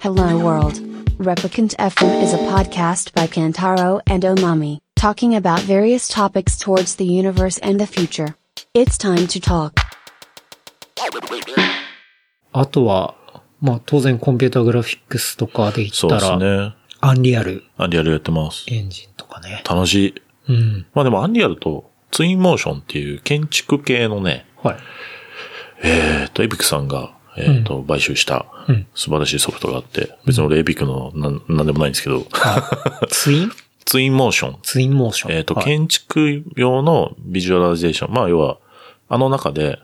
Hello World. Replicant FM is a podcast by Kantaro and Omami, talking about various topics towards the universe and the future. It's time to talk. あとは、まあ当然コンピュータグラフィックスとかで言そっうでたすら、ね。アンリアルアンリアルやってます。エンジンとかね。楽しい。うん。まあでもアンリアルとツインモーションっていう建築系のね、はい。えっと、エビックさんが、えっと、買収したうん素晴らしいソフトがあって、別に俺エビックのなんなんでもないんですけど、ツイン ツインモーション。ツインモーション。えっと、はい建築用のビジュアライゼーション。まあ要は、あの中で、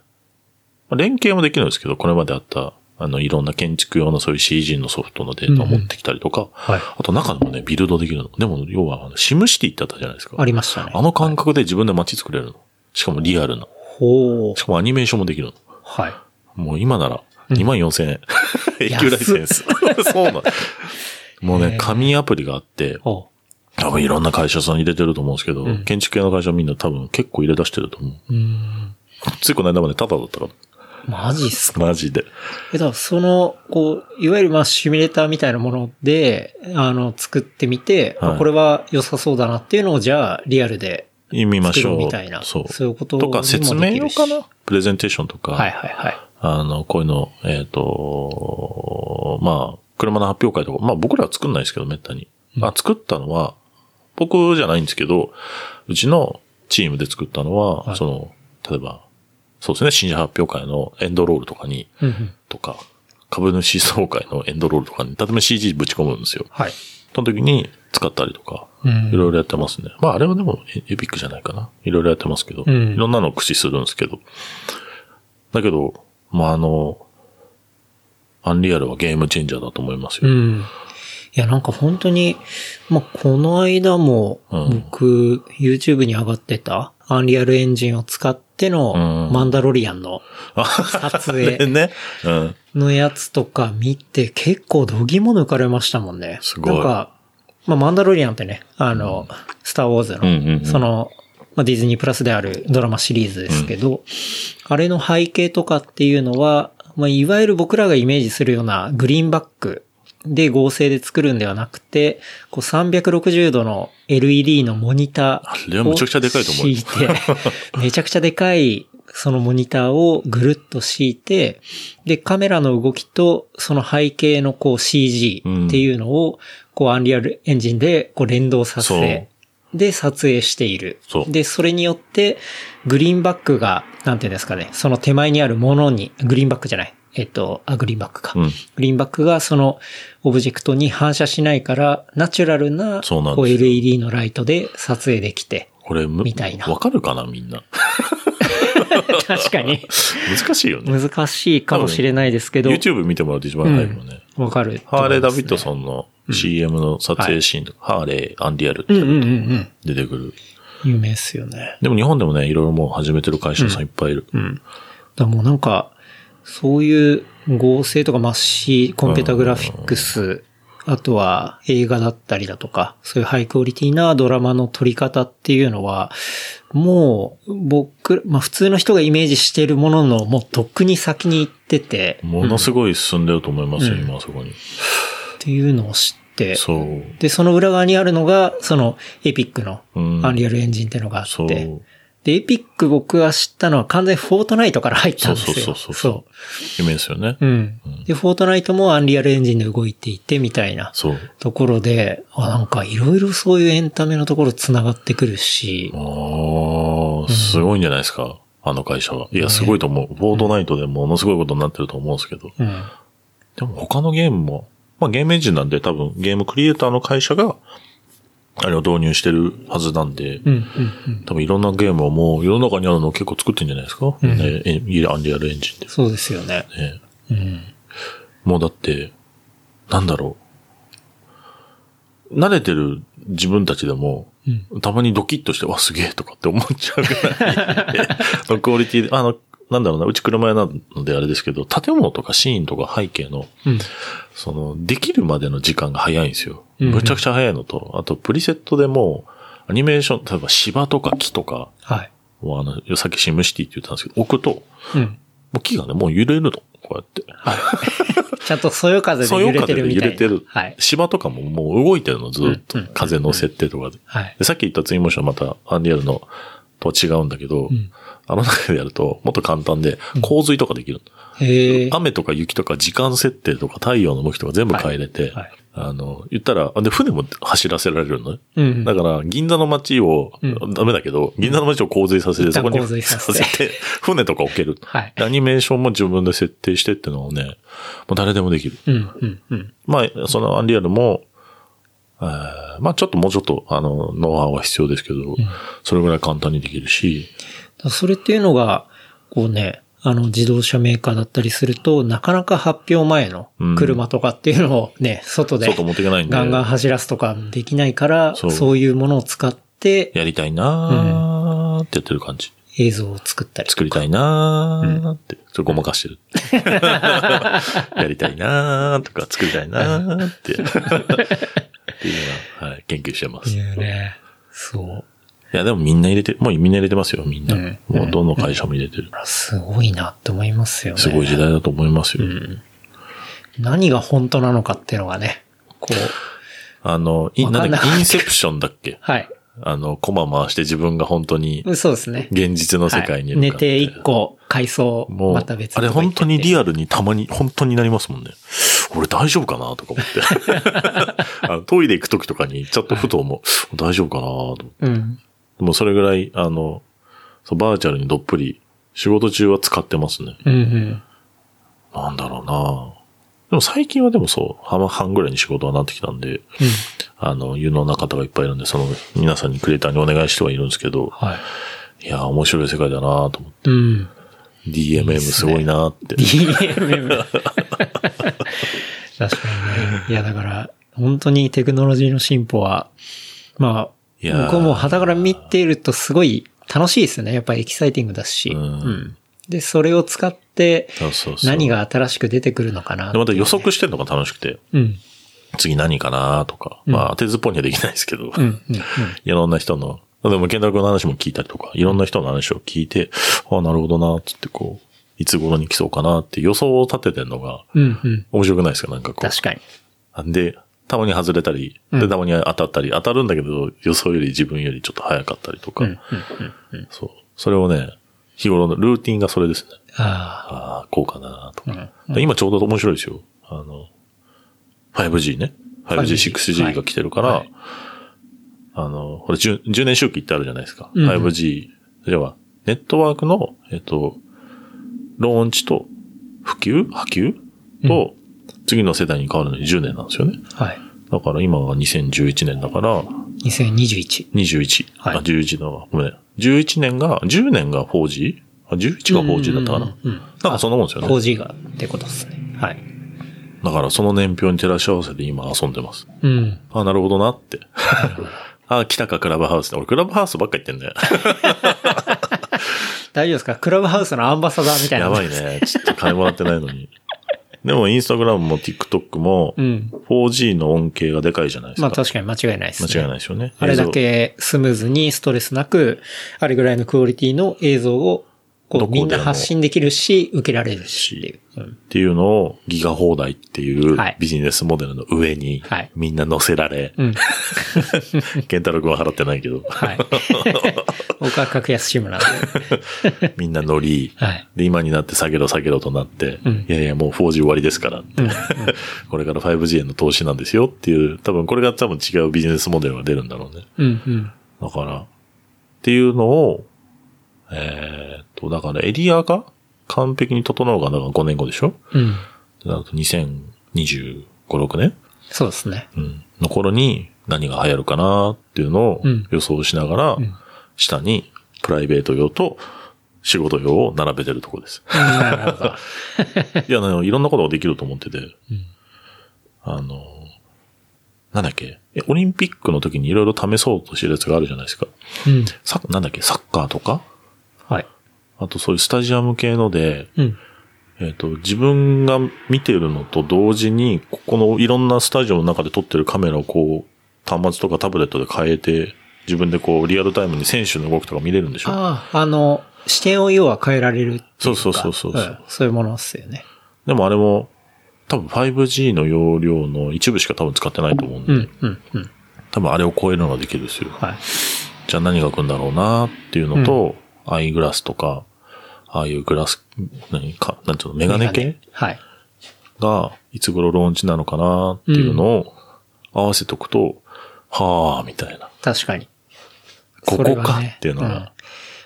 まあ連携もできるんですけど、これまであった、あの、いろんな建築用のそういう CG のソフトのデータを持ってきたりとか、はいあと中でもね、ビルドできるの。でも、要は、あのシムシティってあったじゃないですか。ありましたね。あの感覚で自分で街作れるの。しかもリアルな。ほうし。かもアニメーションもできるはい。の。もう今なら、24,000円。 永久ライセンス。 そうなの。もうね、紙アプリがあって、お多分いろんな会社さん入れてると思うんですけど、ん建築系の会社みんな多分結構入れ出してると思う。うーん。ついこの間までタダだったかマジっすか。ら。マジで。え、だからその、こう、いわゆるまあシミュレーターみたいなもので、あの、作ってみて、はいあこれは良さそうだなっていうのを、じゃあ、リアルで見ま作しょろうう。みたいな。そう。そういうこととか、説明用かにもできるなプレゼンテーションとか、しはいはいはあの、こういうの、えっ、と、まあ、車の発表会とか、まあ僕らは作んないですけど、めったに。あ、作ったのは、僕じゃないんですけど、うちのチームで作ったのは、はいその、例えば、そうですね、新車発表会のエンドロールとかに、い。うんうん。とか、株主総会のエンドロールとかに、例えば CG ぶち込むんですよ。はい。その時に使ったりとか、うんいろいろやってますね。まああれはでもエエピックじゃないかな。いろいろやってますけど、うんいろんなのを駆使するんですけど。だけど、まああの、アンリアルはゲームチェンジャーだと思いますうよ。ん。いや、なんか本当に、まあ、この間もうん、僕、YouTube に上がってた、アンリアルエンジンを使っての、うんマンダロリアンの あ撮で影ね。うん。のやつとか見て、結構度肝抜かれましたもんね。すごいなんか、まあ、マンダロリアンってね、あの、スターウォーズの、うんうんうんその、まあ、ディズニープラスであるドラマシリーズですけど、あれの背景とかっていうのは、まあ、いわゆる僕らがイメージするようなグリーンバックで合成で作るんではなくて、こう360度の LED のモニターをれはめちゃくちゃでかいと思うよ敷いて、 めちゃくちゃでかいそのモニターをぐるっと敷いて、で、カメラの動きとその背景のこう CG っていうのを、こうアンリアルエンジンでこう連動させそうて、で撮影している。そうで、それによって、グリーンバックが、なんていうんですかね、その手前にあるものに、グリーンバックじゃない。えっと、あ、グリーンバックか。うんグリーンバックがそのオブジェクトに反射しないから、ナチュラルな、そうなんですよこう LED のライトで撮影でき て。これ、むみたいなわかるかなみ んな。確かに、難しいよね。難しいかもしれないですけど、 YouTube 見てもらうと一番早いもんね。わかると思いますね、ハーレー・ダビッドソンの CM の撮影シーンとか、ハーレー・アンリアルってうんうんうんうん。出てくる。有名ですよね。でも日本でもね、いろいろもう始めてる会社さんいっぱいいる。うん。だからもうなんか、そういう合成とかマッシー、コンピュータグラフィックス、あとは映画だったりだとか、そういうハイクオリティなドラマの撮り方っていうのは、もう僕、まあ普通の人がイメージしてるものの、もうとっくに先に行ってて、ものすごい進んでると思いますよ、うん今あそこに。っていうのを知って、そう。で、その裏側にあるのが、そのエピックのうんアンリアルエンジンっていうのがあそっう。て、で、エピック僕が知ったのは完全にフォートナイトから入ったんですよ。そうそうそうそうそう夢ですよね。うん。で、フォートナイトもアンリアルエンジンで動いていてみたいなそう。ところで、あなんかいろいろそういうエンタメのところ繋がってくるし、ああ、すごいんじゃないですか。あの会社は。いや、すごいと思う。フォートナイトでものすごいことになってると思うんですけど。うん。でも他のゲームも、まあゲームエンジンなんで多分ゲームクリエイターの会社が、あれを導入してるはずなんで、うん、うん、うん。多分いろんなゲームをもう世の中にあるのを結構作ってんじゃないですか。うんええいアンリアルエンジンで。そうですよね。ねうん。もうだって、なんだろう。慣れてる自分たちでも、たまにドキッとして、わ、すげえとかって思っちゃうぐらい のクオリティで、あの、なんだろうな、うち車屋なのであれですけど、建物とかシーンとか背景の、うん。その、できるまでの時間が早いんですよ。うんうんむちゃくちゃ早いのと、あとプリセットでもう、アニメーション、例えば芝とか木とかはい。を、あの、さっきシムシティって言ったんですけど、置くと、うん。もう木がね、もう揺れるの。こうやって。ちゃんとそよ風でそう揺いうれて風るでみ揺たいな。れてる。はい。芝とかももう動いてるの、ずっとうんうん。風の設定とかで。はい。でさっき言ったツインモーションはまたアンリアルのとは違うんだけど、んあの中でやるともっと簡単で洪水とかできる。へえ。雨とか雪とか時間設定とか太陽の向きとか全部変えれて、はいはいあの、言ったら、あで、船も走らせられるのね。うんうんだから、銀座の街を、うんダメだけど、銀座の街を洪水させて、一旦そこに洪水させてて、 船とか置ける。はい。アニメーションも自分で設定してってのをね、もう誰でもできる。うん、うん、うん。まあ、そのアンリアルも、えーまあちょっともうちょっと、あの、ノウハウは必要ですけど、それぐらい簡単にできるし、それっていうのが、こうね、あの、自動車メーカーだったりすると、なかなか発表前の車とかっていうのをね、外で外持っていけないんで、ガンガン走らすとかできないから、そうそういうものを使ってやりたいなーってやってる感じ。映像を作ったり。作りたいなーって、それごま かしてる。やりたいなーとか、作りたいなーって。っていうのは、はい、研究してます。いいうね。そう。や、でもみんな入れて、もうみんな入れてますよ、みんな。うんもうどの会社も入れてる。すごいなって思いますよね。すごい時代だと思いますよ。何が本当なのかっていうのがね、こう、あの、いわなかんんだなかっけったインセプションだっけはい。あの、コマ回して自分が本当にそうですね。現実の世界にいるはいか寝て一個、階層、もう、また別あれ本当にリアアルにたまに、本当になりますもんね。俺大丈夫かなとか思って。 あのトイレ行く時とかにちょっとふと思う。大丈夫かなと思って。ル。うん。もうそれぐらい、あの、そうバーチャルにどっぷり、仕事中は使ってますね。うんうん。なんだろうなでも最近はでもそう、半半ぐらいに仕事はなってきたんで、うん。あの、有能な方がいっぱいいるんで、その皆さんにクリエイターにお願いしてはいるんですけど、はい。いやー、面白い世界だなと思って。うん。 DMM すごいなっ て。DMM。確かにね。いや、だから、本当にテクノロジーの進歩は、まいやーあ、僕はもう肌から見ているとすごい楽しいですね。やっぱりエキサイティングだし。うんで、それを使って、そうそうそう何が新しく出てくるのかなっていうでねまた予測してんのが楽しくて、うん。次何かなとか、まあ当てずっぽうにはできないですけうん。ど、うん。うんいろんな人の、でも健太郎君の話も聞いたりとか、いろんな人の話を聞いて、ああ、なるほどな、つってこう、いつ頃に来そうかなって予想を立ててんのがうん。うん。面白くないですかなんかこ確かに。う。で、たまに外れたり、うんで、たまに当たったり、当たるんだけど予想より自分よりちょっと早かったりとうか、ん。うん。うんうん。そう。それをね、日頃のルーティンがそれですね。あああ、こうかなとか、うんで今ちょうど面白いですよ。あの、5G ね。5G、 5G 6G が来てるから、はいあの、これ 10, 10年周期ってあるじゃないですか。うん 5G。では、ネットワークの、えっと、ローンチと普及波及と、次の世代に変わるのに10年なんですよね。あ。はい。だから今が2011年だから、 2021。 21。はいあ、11だわ。ごめんね。11年が、10年が 4G? あ、11が 4G だったかな。うんうんうんうんなんかそんなもんですよね。 4G がってことですね。はい。だからその年表に照らし合わせて今遊んでます。うん。あ、なるほどな って。あ、来たかクラブハウスね。俺クラブハウスばっか言ってんだよ。 大丈夫ですかクラブハウスのアンバサダーみたいな。やばい。ね。ちょっと金もらってないの に。でもインスタグラムも TikTok もうん。 4G の恩恵がでかいじゃないですまか。あ確かに間違いないですね。間違いないい。ですよね。あれだけスムーズにストレスなく、あれぐらいのクオリティの映像を、こどうこみでもんな発信できるし、受けられるしっていう。うんっていうのをギガ放題っていうはいビジネスモデルの上にはいみんな乗せられ、うん。 ケンタロウ君は払ってないけど、はい。 僕は格安シムなんで。みんな乗り、はい。で、今になって下げろ下げろとなって、うんいやいや、もう 4G 終わりですから、 これから 5G への投資なんですよっていう、多分これが多分違うビジネスモデルが出るんだろうね。うんうん。だから、っていうのを、えーっと、だからエリアが完璧に整うが、だから5年後でしょうん。ってなると2025、6年、そうですね。うん、の頃に何が流行るかなっていうのをうん予想しながら、ん下にプライベート用と仕事用を並べてるとこです。うんなるほど。いや、あのいろんなことができると思ってて、んあの、なんだっけ、えオリンピックの時にいろいろ試そうとしてるやつがあるじゃないですか。うん。サッなんだっけ、サッカーとかはい。あとそういうスタジアム系ので、うん。えっ、と、自分が見てるのと同時に、ここのいろんなスタジオの中で撮ってるカメラをこう、端末とかタブレットで変えて、自分でこう、リアルタイムに選手の動きとか見れるんでしょああ、あの、視点を要は変えられるっていうか。そうそうそうそうそううんそういうものっすよね。でもあれも、多分 5G の容量の一部しか多分使ってないと思うんで、うん、うん、うん。多分あれを超えるのができるんですよ。はい。じゃあ何が来るんだろうなっていうのと、アイグラスとか、ああいうグラス、何か、なんつうの、メガネ系はい。が、いつ頃ローンチなのかなっていうのを合わせておくと、はあみたいな。確かに。こそれこがかねっていうのんは、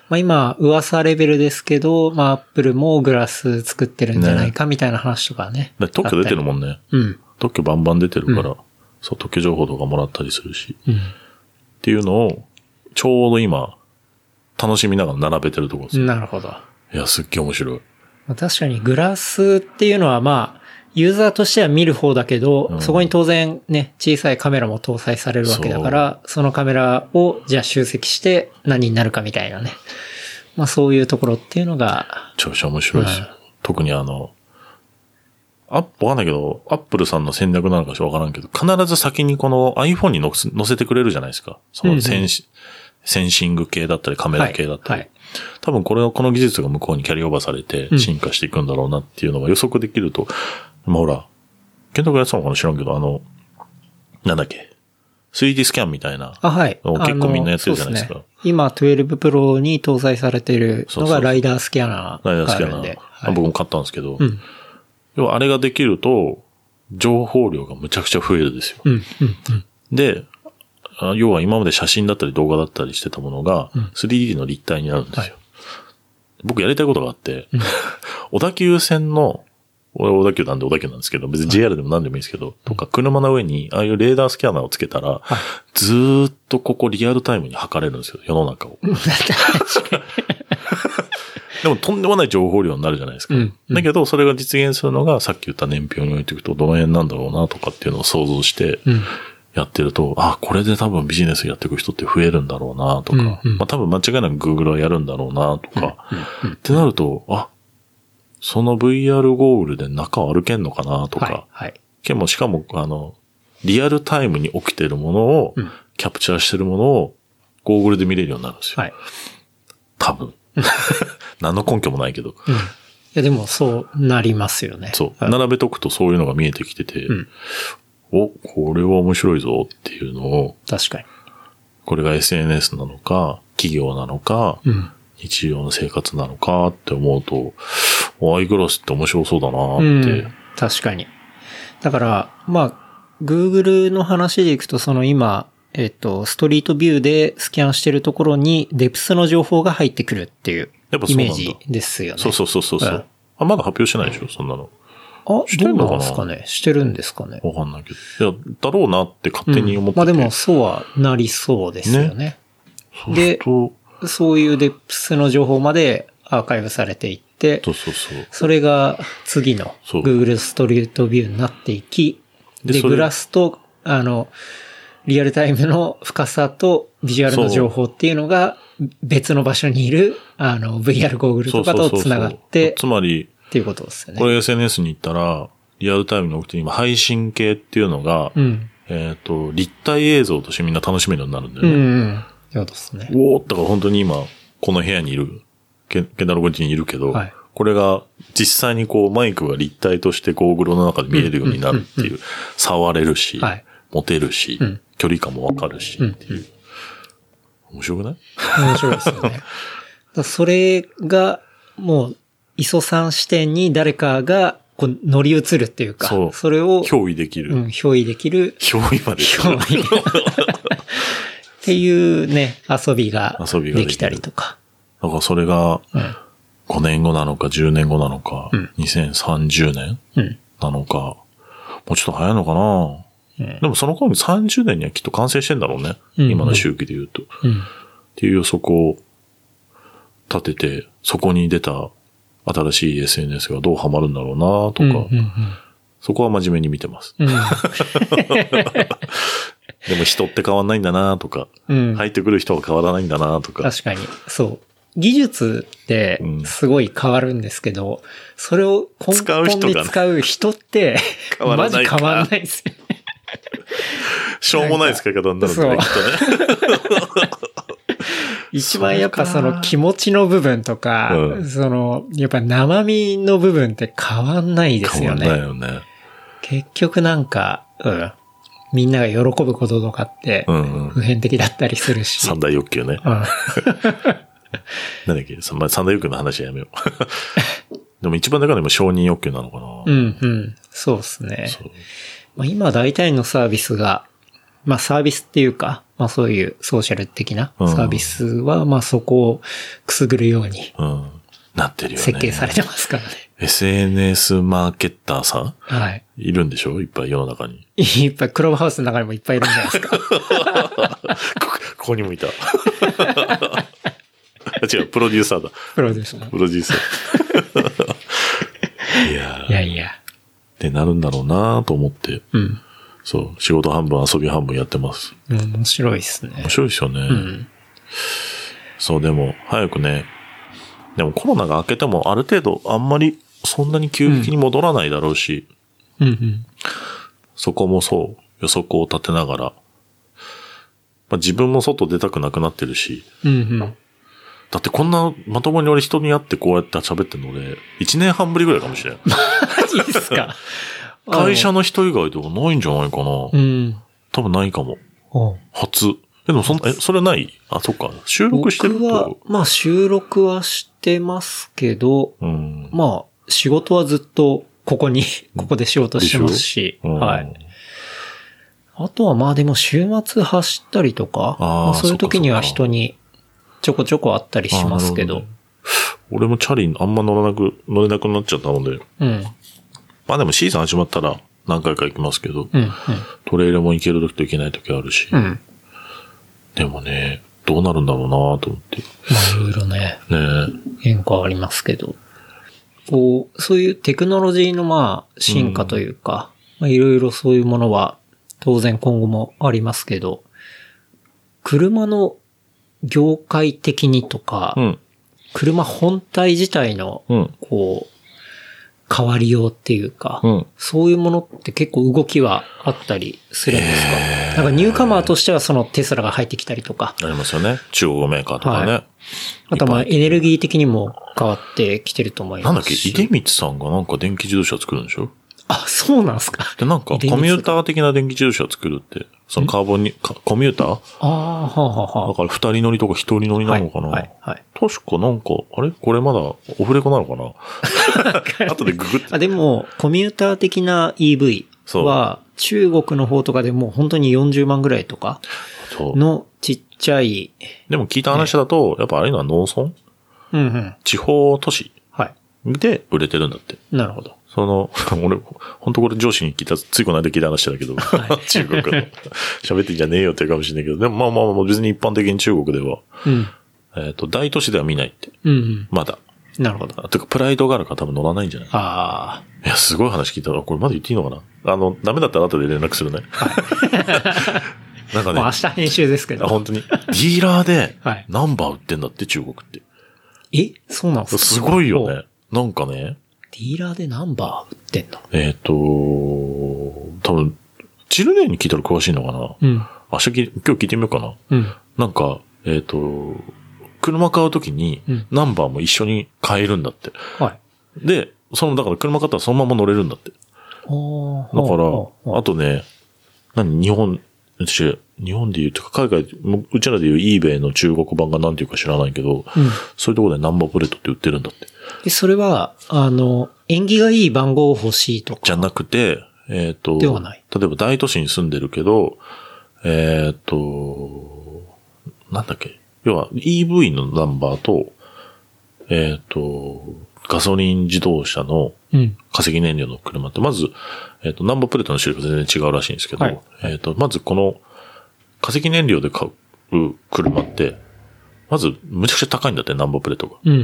まあ今、噂レベルですけど、まあアップルもグラス作ってるんじゃないかみたいな話とかね。だから特許出てるん。もんね。うん。特許バンバン出てるから、うそう、特許情報とかもらったりするし、っうていうのを、ちょうど今、楽しみながら並べてるところですよん。なるほど。まいや、すっげえ面白い。あ確かにグラスっていうのはまあ、ユーザーとしては見る方だけど、うんそこに当然ね、小さいカメラも搭載されるわけだから、そのカメラをじゃあ集積して何になるかみたいなね。まあそういうところっていうのが、めちゃくちゃ面白いですよ。うん特にあの、アップ、わかんないけど、アップルさんの戦略なのかしらわからんけど、必ず先にこの iPhone にのせ載せてくれるじゃないですか。そのセンシ、センシング系だったりカメラ系だったり。はい多分これの、この技術が向こうにキャリーオーバーされてん進化していくんだろうなっていうのが予測できると、まあほら、ケントがやってたのかな知らんけど、あの、なんだっけ、3D スキャンみたいな。あ、はい。お結構あのみんなやってるじゃないですかそうね、今、12 Pro に搭載されているそうのそうそがうライダースキャナライーダーがスあキャるナんで。ー。はい僕も買ったんですけど、うん。要はあれができると、情報量がむちゃくちゃ増えるんですよ。うん。うん。うんで、あ要は今まで写真だったり動画だったりしてたものが、3D の立体になるんですよ。はい僕やりたいことがあって、 小田急線の、俺小田急なんで小田急なんですけど、別に JR でも何でもいいんですけど、とか車の上に、ああいうレーダースキャナーをつけたら、ずーっとここリアルタイムに測れるんですよ、世の中 を。でもとんでもない情報量になるじゃないですか。うんうんだけど、それが実現するのが、さっき言った年表に置いていくと、どの辺なんだろうなとかっていうのを想像して、うん。やってると、あ、これで多分ビジネスやっていく人って増えるんだろうなとか、うんうんまあ多分間違いなく Google はやるんだろうなとか、ってなると、あ、その VR ゴーグルで中を歩けんのかなとか、はい。はい。けどもしかも、あの、リアルタイムに起きてるものを、うんキャプチャーしてるものを、ゴーグルで見れるようになるんですよ。はい。多 分。何の根拠もないけど。うん。いや、でも、そうなりますよね。そう。はい並べとくとそういうのが見えてきてて、うんお、これは面白いぞっていうのを、確かに。これが SNS なのか、企業なのか、うん。日常の生活なのかって思うと、おアイグラスって面白そうだなうって。ん、確かに。だから、まあ、Google の話でいくと、その今、えっと、ストリートビューでスキャンしてるところに、デプスの情報が入ってくるっていうやっぱそイうなんだメージですよね。そうそうそうそうそう、うんあ。まだ発表してないでしょそんなの。あ、してどうんのなかんなですかねしてるんですかねわかんないけど。いや、だろうなって勝手に思うってて、んまあでも、そうはなりそうですよね。そうすると、そういうデプスの情報までアーカイブされていってそ、うそうそう。それが次のそう Google ストリートビューになっていき、でで、それグラスと、あの、リアルタイムの深さとビジュアルの情報っていうのが別の場所にいる、あの、VR ゴーグルとそうそかうそうとそう。繋がってつまり、っていうことですよこね。れ SNS に行ったら、リアルタイムに起きて今配信系っていうのが、うん。えっ、と、立体映像としてみんな楽しめるようになるんだようね。んうん。そうですね。おおだから本当に今、この部屋にいる、ケンケンダロゴンチにいるけど、はいこれが実際にこうマイクが立体としてゴーグルの中で見えるようになるっていう、触れるし、はい持てるし、うん距離感もわかるしっていう。面白くない面白いですよね。だ からそれが、もう、磯さん視点に誰かが、こう、乗り移るっていうか、そそうれを、憑依できる。うん、憑依できる、憑依まで。憑 依。っていうね、遊びが遊びがでできるきたりとか。だからそれがうん。 5年後なのか10年後なのか、うん2030年うん。なのか、もうちょっと早いのかなうんでもその頃に30年にはきっと完成してんだろうね。うん今の周期で言うと。うん。っていう予測を立てて、そこに出た新しい SNS がどうハマるんだろうなとか、うんうんそこは真面目に見てます。うん。でも人って変わんないんだなとか、うん。入ってくる人 は変わらないんだなとか、確かに。そう。技術ってうんすごい変わるんですけど、それを根使う本人がに使う人って、変わら マジない変からわんないですよ。 しょうもない使い方になるんだね、なんかきっとね。一番やっぱその気持ちの部分とか、うんその、やっぱ生身の部分って変わんないですよ変わんね。ないよね。結局なんか、うん。みんなが喜ぶこととかってう、んうん。普遍的だったりするし。三大欲求ね。うんなんだっけ、そまあ三大欲求の話はやめよう。で も一番だからも承認欲求なのかな。うんうん。そうですね。そうまあ、今大体のサービスが、まあサービスっていうか、まあそういうソーシャル的なサうんービスは、まあそこをくすぐるようにうん。なってるよね。設計されてますからね。 SNS マーケッターさんはい。いるんでしょいっぱい世の中に。いっぱい、クローブハウスの中にもいっぱいいるんじゃないです か。こ ここにもいた。あ違う、プロデューサーだ。プロデュースの。プロデュー サー。いやいーっやいや。てなるんだろうなと思って。うん。そう、仕事半分、遊び半分やってます。面白いですね面。白いですよね。うん。そう、でも、早くね。でもコロナが明けても、ある程度、あんまり、そんなに急激に戻らないだろうし、うんうん。そこもそう、予測を立てながら、まあ、自分も外出たくなくなってるし、うんうん。だってこんな、まともに俺人に会ってこうやって喋ってるので、1年半ぶりぐらいか もしれん。マジですか 会社の人以外ではないんじゃないかな。うん。多分ないかも。お初。え、でもそんな、え、それないあ、そっか。収録してる僕はと。、まあ収録はしてますけど、うん。まあ、仕事はずっとここに、ここで仕事してますし、うんはい。。あとはまあでも週末走ったりとか、あーまあそういう時にはそっかそ人っにちょこちょこ会ったりしますけあーどなる、俺もチャリあんま乗らなく、乗れなくなっちゃったので。うん、まあでもシーズン始まったら何回か行きますけど、うん、トレイルも行ける時と行けない時あるし。うん。うん。でもね、どうなるんだろうなと思って。まあいろいろね、ね変化はありますけど、こう、そういうテクノロジーのまあ進化というか、まあいろいろそういうものは当然今後もありますけど、車の業界的にとか、うん。車本体自体の、うん。こう、変わりようっていうか、うん。そういうものって結構動きはあったりするんですか、なんかニューカマーとしてはそのテスラが入ってきたりとか、ありますよね。中国メーカーとかね。はあとはまあエネルギー的にも変わってきてると思いなんまだっけ、すし。出光さんがなんか電気自動車作るんでしょあ、そうなんすか。で、なんかコ出光ミューター的な電気自動車作るって、そのカーボンに、かコミューターああ、はあはあだはから二人乗りとか一人乗りあ。なのかな、はい、はいはい。確かなんか、あれこれまだオフレコなの かな後でググって。あでも、コミューター的な EV そうは、中国の方とかでもう本当に40万ぐらいとかそう。のちっちゃい、でも聞いた話だと、やっぱああいうのは農村うんうん。地方都市はい。で売れてるんだって。なるほど。その、 俺、本当これ上司に聞いた、ついこの間聞いた話だけど、中国の。 喋ってんじゃねえよって言うかもしれないけど、でもまあまあまあ別に一般的に中国では、うん。えっ、と、大都市では見ないって。うん、まだ。うん。なるほど。てか、プライドがあるから多分乗らないんじゃないあいや、すごい話聞いたら、これまだ言っていいのかなあの、ダメだったら後で連絡する ね。なんあ。かねまあ、明、日編集ですけあど。本当に。ディーラーではい、ナンバー売ってんだって、中国って。えそうなんすかすごいよ。おね。なんかね、ディーラーでナンバー売ってんのえっ、と、多分、チルネに聞いたら詳しいのかなうん。明日き、今日聞いてみようかな。うん。なんか、えっ、と、車買うときにうん、ナンバーも一緒に買えるんだって。はい。で、その、だから車買ったらそのまま乗れるんだって。おだから、ああとね、何、日本、違う、日本で言うとか、海外、もううちらで言う eBay の中国版が何ていうか知らないけど、うん。そういうところでナンバープレートって売ってるんだって。で、それは、あの、縁起がいい番号を欲しいとか。じゃなくて、えっ、と、ではない例えば大都市に住んでるけど、えっ、と、なんだっけ。要は EV のナンバーと、えっ、と、ガソリン自動車のうん。化石燃料の車って、まず、えっ、と、ナンバープレートの種類が全然違うらしいんですけど、はいえっ、と、まずこの化石燃料で買う車って、まず、むちゃくちゃ高いんだって、ナンバープレートが。うんう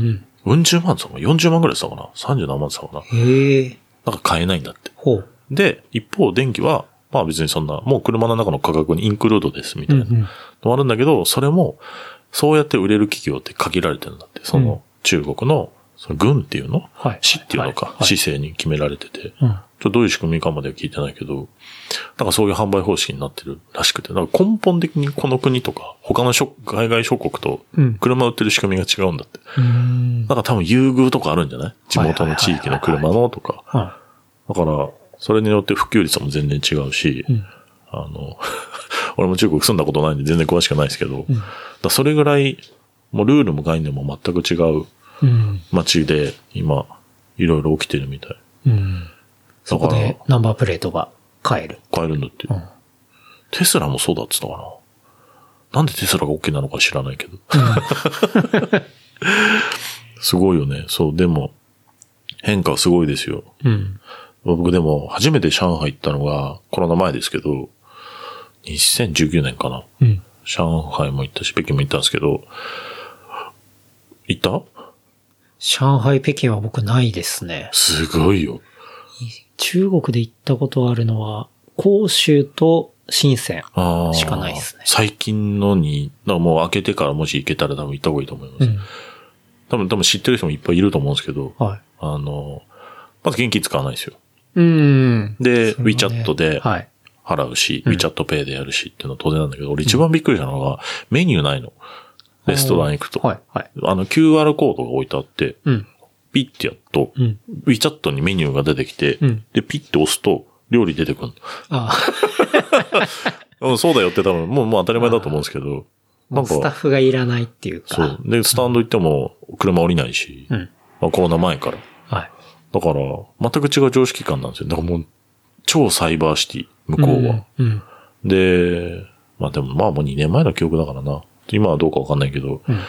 ん十万さかな ?40 万ぐらいしたかな ?30 何万したかなうん。へえ。なんか買えないんだって。ほう。で、一方、電気は、まあ別にそんな、もう車の中の価格にインクルードです、みうたいんうな。ん。のあるんだけど、それも、そうやって売れる企業って限られてるんだって。そうんの、中国のその軍っていうのはい死っていうのはかい。はい市政に決められてて。うん。ちょっとどういう仕組みかまでは聞いてないけど、なんかそういう販売方式になってるらしくて、なんか根本的にこの国とか、他の諸海外諸国とうん、車売ってる仕組みが違うんだって。うん。なんか多分優遇とかあるんじゃない地元の地域の車のとか。はだから、それによって普及率も全然違うし、い。うん。あの、 俺も中国住んだことないんで全然詳しくないですけど、だからそれぐらい、もうルールも概念も全く違ううん。街で、今、いろいろ起きてるみたい。うん。そこだでかナンバープレートが変える。ら、買えるんだって。うん。テスラもそうだっつったかな。なんでテスラが OK なのか知らないけど。すごいよね。そう、でも、変化はすごいですよ。うん。僕でも、初めて上海行ったのが、コロナ前ですけど、2019年かな。うん。上海も行ったし、北京も行ったんですけど、行った上海、北京は僕ないですね。すごいよ。中国で行ったことあるのは、広州と深セン。あーしかないっすね最近のに、だからもう開けてからもし行けたら多分行った方がいいと思います。うん。多分、多分知ってる人もいっぱいいると思うんですけど、はい。あの、まず現金使わないですよ。うん。で、それはね WeChat ではい。払うし、うん WeChatPay でやるしっていうのは当然なんだけど、俺一番びっくりしたのが、メニューないの。レストラン行くと。はい。はい。あの、QR コードが置いてあって、うん。ピッてやっと、うん。 WeChat にメニューが出てきて、うんで、ピッて押すと、料理出てくるああ。の。うん、そうだよって多分、もう、もう当たり前だと思うんですけど、なんスタッか、フがいらないっていうか。そう。で、スタンド行っても、車降りないし、うん。まあ、コロナ前から。はい。だから、全く違う常識感なんですよ。だからもう、超サイバーシティ、向こうは。うん。うん。で、まあでもまあもう2年前の記憶だからな。今はどうかわかんないけど、うん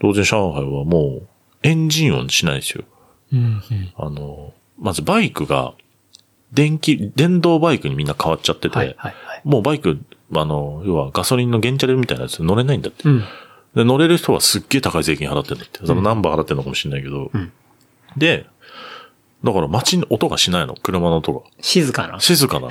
当然上海はもうエンジン音しないですよ。うん。あの、まずバイクが電気、電動バイクにみんな変わっちゃってて、はい。はい。はい。もうバイク、あの、要はガソリンの原チャリみたいなやつ乗れないんだって。うん。で乗れる人はすっげえ高い税金払ってんだって。そのナンバー払ってんのかもしれないけど。うんで、だから街に音がしないの、車の音が。静かな。静かな の。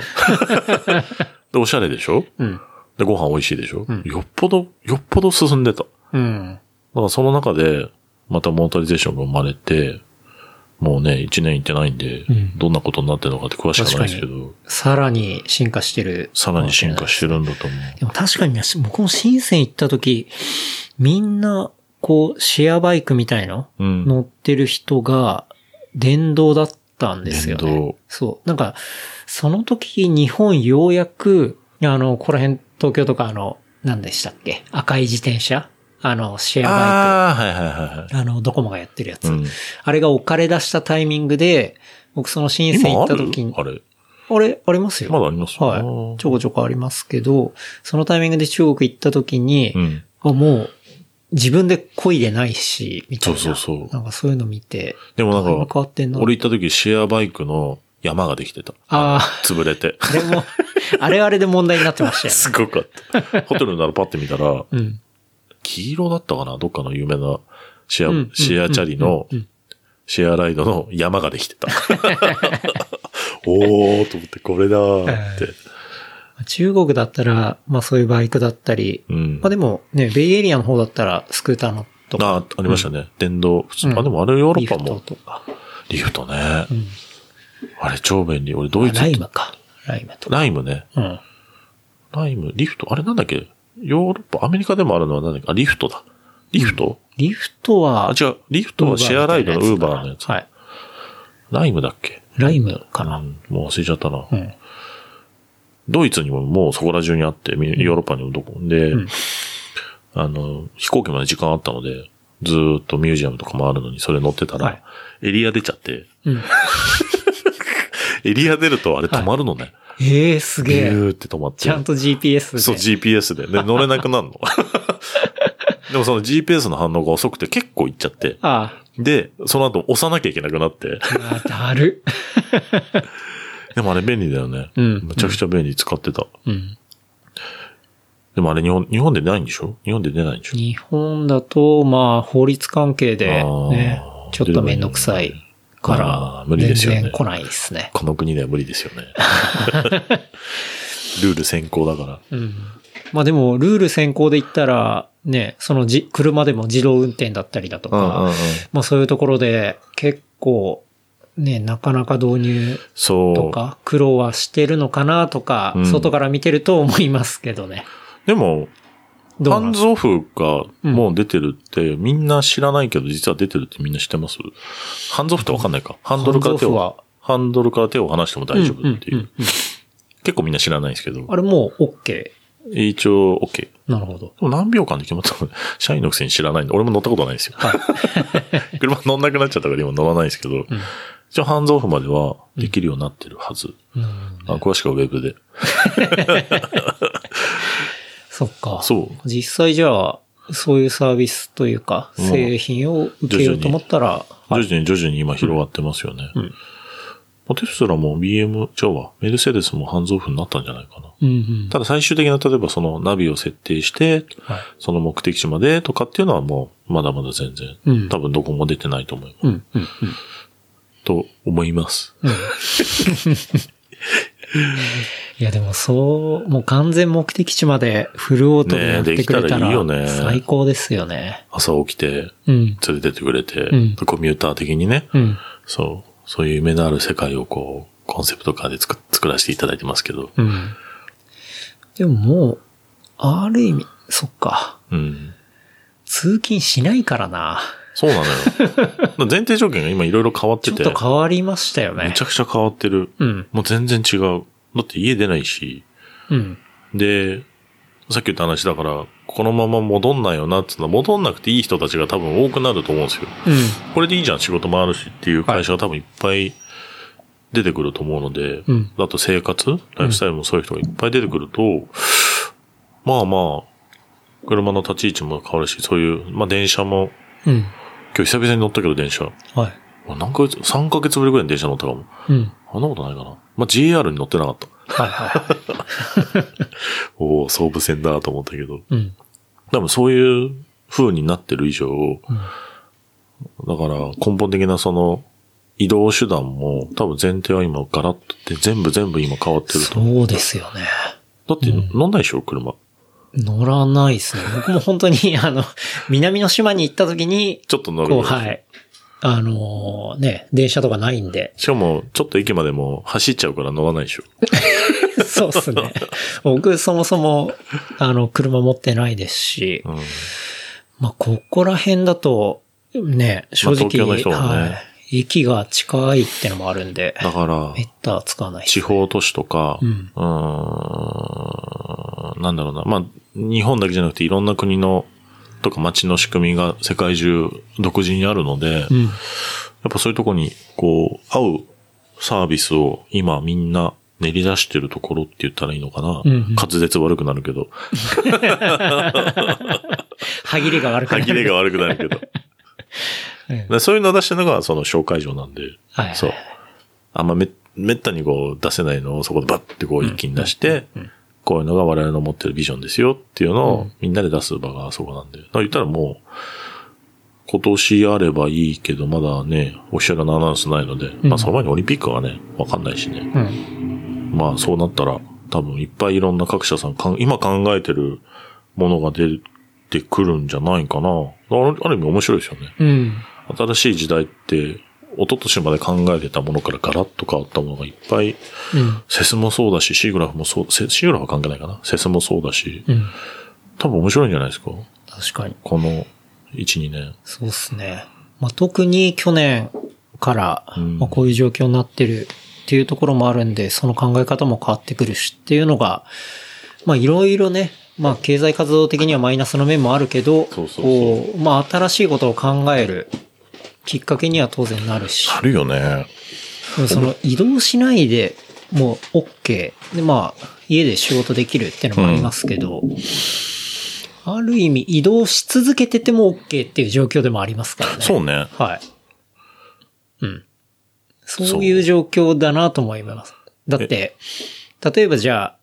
で、おしゃれでしょうん。で、ご飯美味しいでしょ、うんよっぽど、よっぽど進んでた。だうん。からその中で、またモータリゼーションが生まれて、もうね、1年行ってないんで、んどんなことになってるのかって詳しくはないですけど、さらに進化してる。さらに進化してるんだと思でも確かにね、僕も深セン行った時、みんな、こう、シェアバイクみたいのう。うん。乗ってる人が、電動だったんですよ電ね動。そう。なんか、その時、日本ようやく、あの、ここら辺、東京とか、あの、何でしたっけ赤い自転車あの、シェアバああ、はいはいはいはいイク。あの、ドコモがやってるやつ。。うん、あれが置かれ出したタイミングで、僕その深セン行今あったる時に、あれ、あれ、ありますよ。まだありますはい。ちょこちょこありますけど、そのタイミングで中国行った時に、うん。あ、もう、自分で漕いでないし、みたいな。そうそうそうなんかそういうの見て、でもなんか、変わってんな。俺行った時シェアバイクの山ができてた。あ 潰れて。あ、あれも、あれはあれで問題になってましたよね。すごかった。ホテルならパッて見たら、うん。黄色だったかなどっかの有名なシェア、うんシェアチャリのうんうんうん、シェアライドの山がで きてた。おーと思って、これだーって。中国だったら、まあそういうバイクだったり、うん。まあでもね、ベイエリアの方だったら、スクーターのとか、あ、ありましたね。電動。普通うんあ、でもあれヨーロリッパフトも。とか、リフトねう。ん。あれ超便利。俺ドイあツラ。イムか。ライムとか。ライムね。うん。ライム、リフト。あれなんだっけヨーロッパ、アメリカでもあるのは何だっけあ、リフトだ。リフトリフトあ、は、違う。リフトはシェアライドのウーバーのやつ。はい。ライムだっけライムかうな。ん。もう忘れちゃったな。うん。ドイツにももうそこら中にあって、みヨーロッパにもどこで、うんあの、飛行機まで時間あったので、ずーっとミュージアムとかもあるのに、それ乗ってたら、はいエリア出ちゃって、うん。エリア出るとあれ止まるのね。ええすげビえ。ューって止まって。ちゃんと GPS で。そう、GPS で。で、乗れなくなるの。でもその GPS の反応が遅くて結構行っちゃって。あで、その後押さなきゃいけなくなって。あ、ああだる。でもあれ便利だよね。うんめちゃくちゃ便利使ってた。うん。でもあれ日本、日本でないんでしょ日本で出ないんでしょ日本だと、まあ、法律関係であー、ね、ちょっとめんどくさいからあ、ー無理ですよね全然来ないですね。この国では無理ですよ ね。ルール先行だから。うん。まあでも、ルール先行で言ったら、ね、そのじ、車でも自動運転だったりだとうんうんうか、ん。まあそういうところで結構、ね、なかなか導入とそか、苦労はしてるのかなとかう、ん外から見てると思いますけどね。う。でも、どうなハんンですズオフがもう出てるって、みんな知らないけど、実は出てるってみんな知ってますハンズオフってわかんないか。ハンドルからハンズ手オフをは、ハンドルから手を離しても大丈夫っていう。んんんん結構みんな知らないんですけどあ、れもう OK。一応 OK。なるほど。でも何秒間で決まったの社員のくせに知らないんで、俺も乗ったことないんですよ。 車乗んなくなっちゃったから今乗らないんですけど、一応ハンズオフまではできるようになってるはず。うんあ詳しくはウェブで。そっか。そう。実際じゃあ、そういうサービスというか、うん製品を受けようと思ったら、はい徐々に徐々に今広がってますよね。うんまあテスラも BM、じゃあメルセデスもハンズオフになったんじゃないかな。うんうんただ最終的な、例えばそのナビを設定して、はいその目的地までとかっていうのはもう、まだまだ全然、うん多分どこも出てないと思います。うんうんと思います。うん いやでもそう、もう完全目的地までフルオートでやってくれたねえできたらいいよねら、最高ですよね。朝起きて、うん。連れてってくれて、うんコミューター的にね、うん。そう、そういう夢のある世界をこう、コンセプトカーで作作らせていただいてますけど、うん。でももう、ある意味、そっか。うん。通勤しないからな。そうな のよ。だから前提条件が今いろいろ変わっちて、ょってと変わりましたよめねち。ゃくちゃ変わってる。うん。もう全然違う。だって家出ないし、うん。で、さっき言った話だから、このまま戻んないよなっていうのは、戻んなくていい人たちが多分多くなると思うんですよ。うん。これでいいじゃん、仕事もあるしっていう会社が多分いっぱい出てくると思うので、うんあと生活、ライフスタイルもそういう人がいっぱい出てくると、まあまあ、車の立ち位置も変わるし、そういう、まあ電車も、うん。今日久々に乗ったけど電車。はい。何ヶ月、3ヶ月ぶりぐらいに電車乗ったかも。うん。あんなことないかな。まあ JR に乗ってなかった。はいはおお、総武線だと思ったけど。い。 うん。多分そういう風になってる以上、うんだから根本的なその移動手段も多分前提は今ガラッとって全部全部今変わってると。そうですよね。だって乗んないでしょ、車。乗らないですね。僕も本当に、あの、南の島に行った時に、ちょっと乗るこう、ぐらい。はい。あのーね、電車とかないん 。でしかも、ちょっと駅までも走っちゃうから乗らないでしょ。そうっすね。僕、そもそも、あの、車持ってないですし、うん。まあ、ここら辺だと、ね、正直、まあ東京の人はねい。駅が近いってのもあるんで、だからめ、ったら使わない。地方都市とか、ううんーん、なんだろうな。まあ、日本だけじゃなくていろんな国の、とか街の仕組みが世界中独自にあるので、うん。やっぱそういうとこに、こう、合うサービスを今みんな練り出してるところって言ったらいいのかな。うんうん滑舌悪くなる けど。歯切れが悪くな歯る。切れが悪くなるけど。だかうんらそういうのを出してるのがその紹介状なんで。はいはいそう。あんまめ、めったにこう出せないのをそこでバッてこう一気に出して、こういうのが我々の持ってるビジョンですよっていうのうをみんなで出す場があそこなんで。だから言ったらもう、今年あればいいけど、まだね、オフィシャルなアナウンスないので、んまあその前にオリンピックはね、わかんないしね。うん。まあそうなったら、多分いっぱいいろんな各社さんかん、今考えてるものが出てくるんじゃないかな。あるある意味面白いですよね。うん。新しい時代って、一昨年まで考えてたものからガラッと変わったものがいっぱい、うん。セスもそうだし、シーグラフもそう、セシーグラフは関係ないかな。セスもそうだし、うん。多分面白いんじゃないですか。確かに。この1、2年。そうっすね。まあ、特に去年から、うんまあ、こういう状況になってるっていうところもあるんで、その考え方も変わってくるしっていうのが、まあいろいろね、まあ経済活動的にはマイナスの面もあるけど、そうそうそうこう、まあ新しいことを考えるきっかけには当然なるし、あるよね。でもその移動しないでもう OK。で、まあ家で仕事できるっていうのもありますけど、ある意味移動し続けてても OK っていう状況でもありますからね。そうね。はい。うん。そういう状況だなとも思います。だって、例えばじゃあ、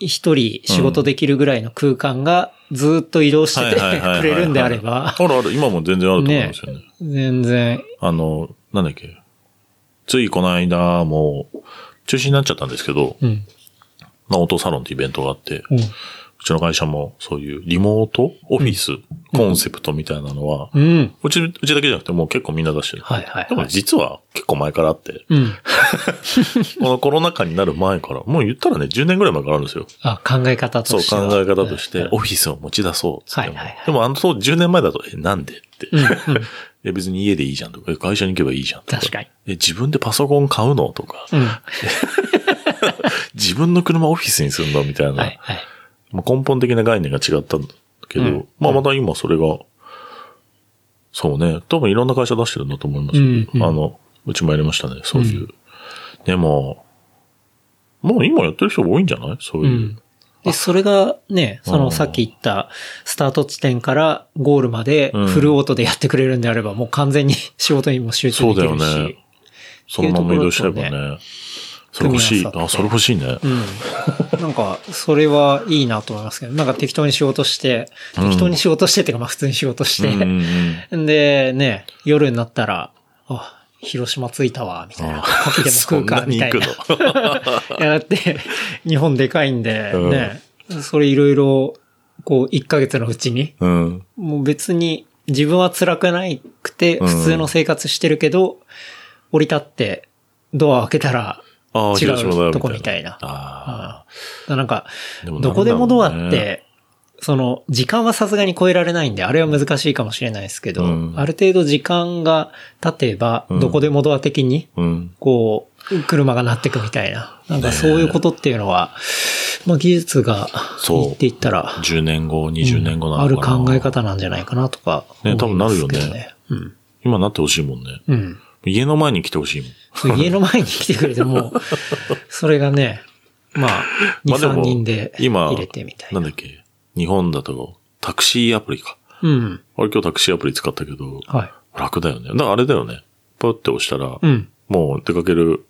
一人仕事できるぐらいの空間がずっと移動しててはいはいはいはいはいくれるんであればあ、るある、今も全然あると思うんですよね全然、あの、なんだっけ。ついこの間も、中止になっちゃったんですけど、うん。まあ、オートサロンってイベントがあって、ううんちの会社もそういうリモートオフィスコンセプトみたいなのは、うん。うち、うちだけじゃなくてもう結構みんな出してる。はいはいではもい。実は結構前からあって、うん。このコロナ禍になる前から、もう言ったらね、10年ぐらい前からあるんですよ。あ、考え方そとう、しては。考え方としうてん、オフィスを持ち出そうっつっても。はいはいはいでもあの当時10年前だと、え、なんでって。うんうんえ、別に家でいいじゃんとか、え会社に行けばいいじゃんとか。確かに。え、自分でパソコン買うのとか、うん。自分の車オフィスにするのみたいな。はいはい。まあ、根本的な概念が違ったんだけど、うんまあまた今それが、そうね、多分いろんな会社出してるんだと思いますけど、うんうんあの、うちもやりましたね、そういう。でも、もう今やってる人多いんじゃないそういうう。ん。で、それがね、そうのんさっき言った、スタート地点からゴールまでうんフルオートでやってくれるんであれば、もう完全に 仕事にも集中そでうきだよるし。ね。そのまま移動しちゃえばっていうとこね。それ欲しい。組み合あ、わさってそれ欲しいね。うん。なんか、それはいいなと思いますけど、なんか適当に仕事して、うん適当に仕事してっていうか、まあ普通に仕事しうんうんて、うんで、ね、夜になったら、あ、広島着いたわ、みたいな。あカキでも食うか、みたいな。そんなに行くのいや、だって、日本でかいんで、うんね、それいろいろ、こう、1ヶ月のうちに、うん。もう別に自分は辛くないくて、うん普通の生活してるけど、降り立って、ドア開けたら、ああ、違う広島だよ。とこみたいなああーなんか、あ。もなんだろうねどこでもドアっ、て、その、時間はさすがに超えられないんで、あれは難しいかもしれないですけど、うんある程度時間が経てば、うんどこでもドア的に、うん。こう、車がなってくみたいな。なんかそういうことっていうのは、まあ技術が、そういっていったら、 10年後、20年後なあのるかな、考え方なんじゃないかなとか、ね多分なるよね思いますけどね。今なってほしいもんね。うん。うん。家の前に来てほしいもん。そう家の前に来てくれて も、それがね、まあ、2、まあでも3人で今入れてみたいなな。んだっけ日本だと、タクシーアプリか。うん。あれ今日タクシーアプリ使ったけど、はい。楽だよね。だからあれだよね。パッて押したら、うん。もう出かける、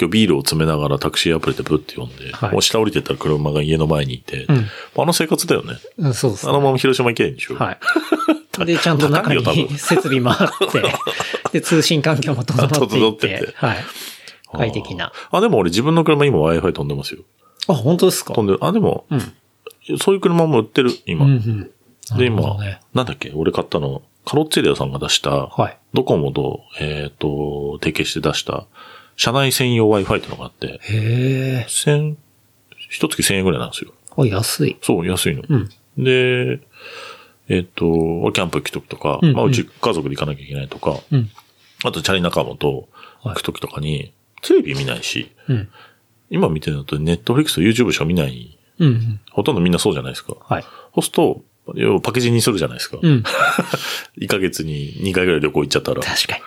今日ビールを詰めながらタクシーアプリでブッて呼んで、はいもう下降りてったら車が家の前にいて、うんあの生活だよね。うん、そうですあのまま広島行けないんでしょはい。で、ちゃんと中高いよ多に分設備もあ って、で、通信環境も整整っっていてって、はい。快適な。あ、でも俺自分の車今 Wi-Fi 飛んでますよ。あ、本当ですか飛んでる。あ、でも、うん。そうそういう車も売ってる、今。んうん。で、なるほ今、どねなんだっけ俺買ったの、カロッツェリアさんが出した、はい。ドコモと、えっ、と、提携して出した、社内専用 Wi-Fi ってのがあって、へえ。千、一月千円ぐらいなんですよ。あ、安い。そう、安いの。うん。で、えっ、と、キャンプ行くときとか、うんまあ、うんうち家族で行かなきゃいけないとか、うん。あとチャリ仲間と行くときとかに、テレビ見ないし、うん。今見てるのとネットフリックスと YouTube しか見ない、うんうん。ほとんどみんなそうじゃないですか。はい。そうすると、要はパッケージにするじゃないですか。うん。 1ヶ月に2回ぐらい旅行行っちゃったら。だか確かに。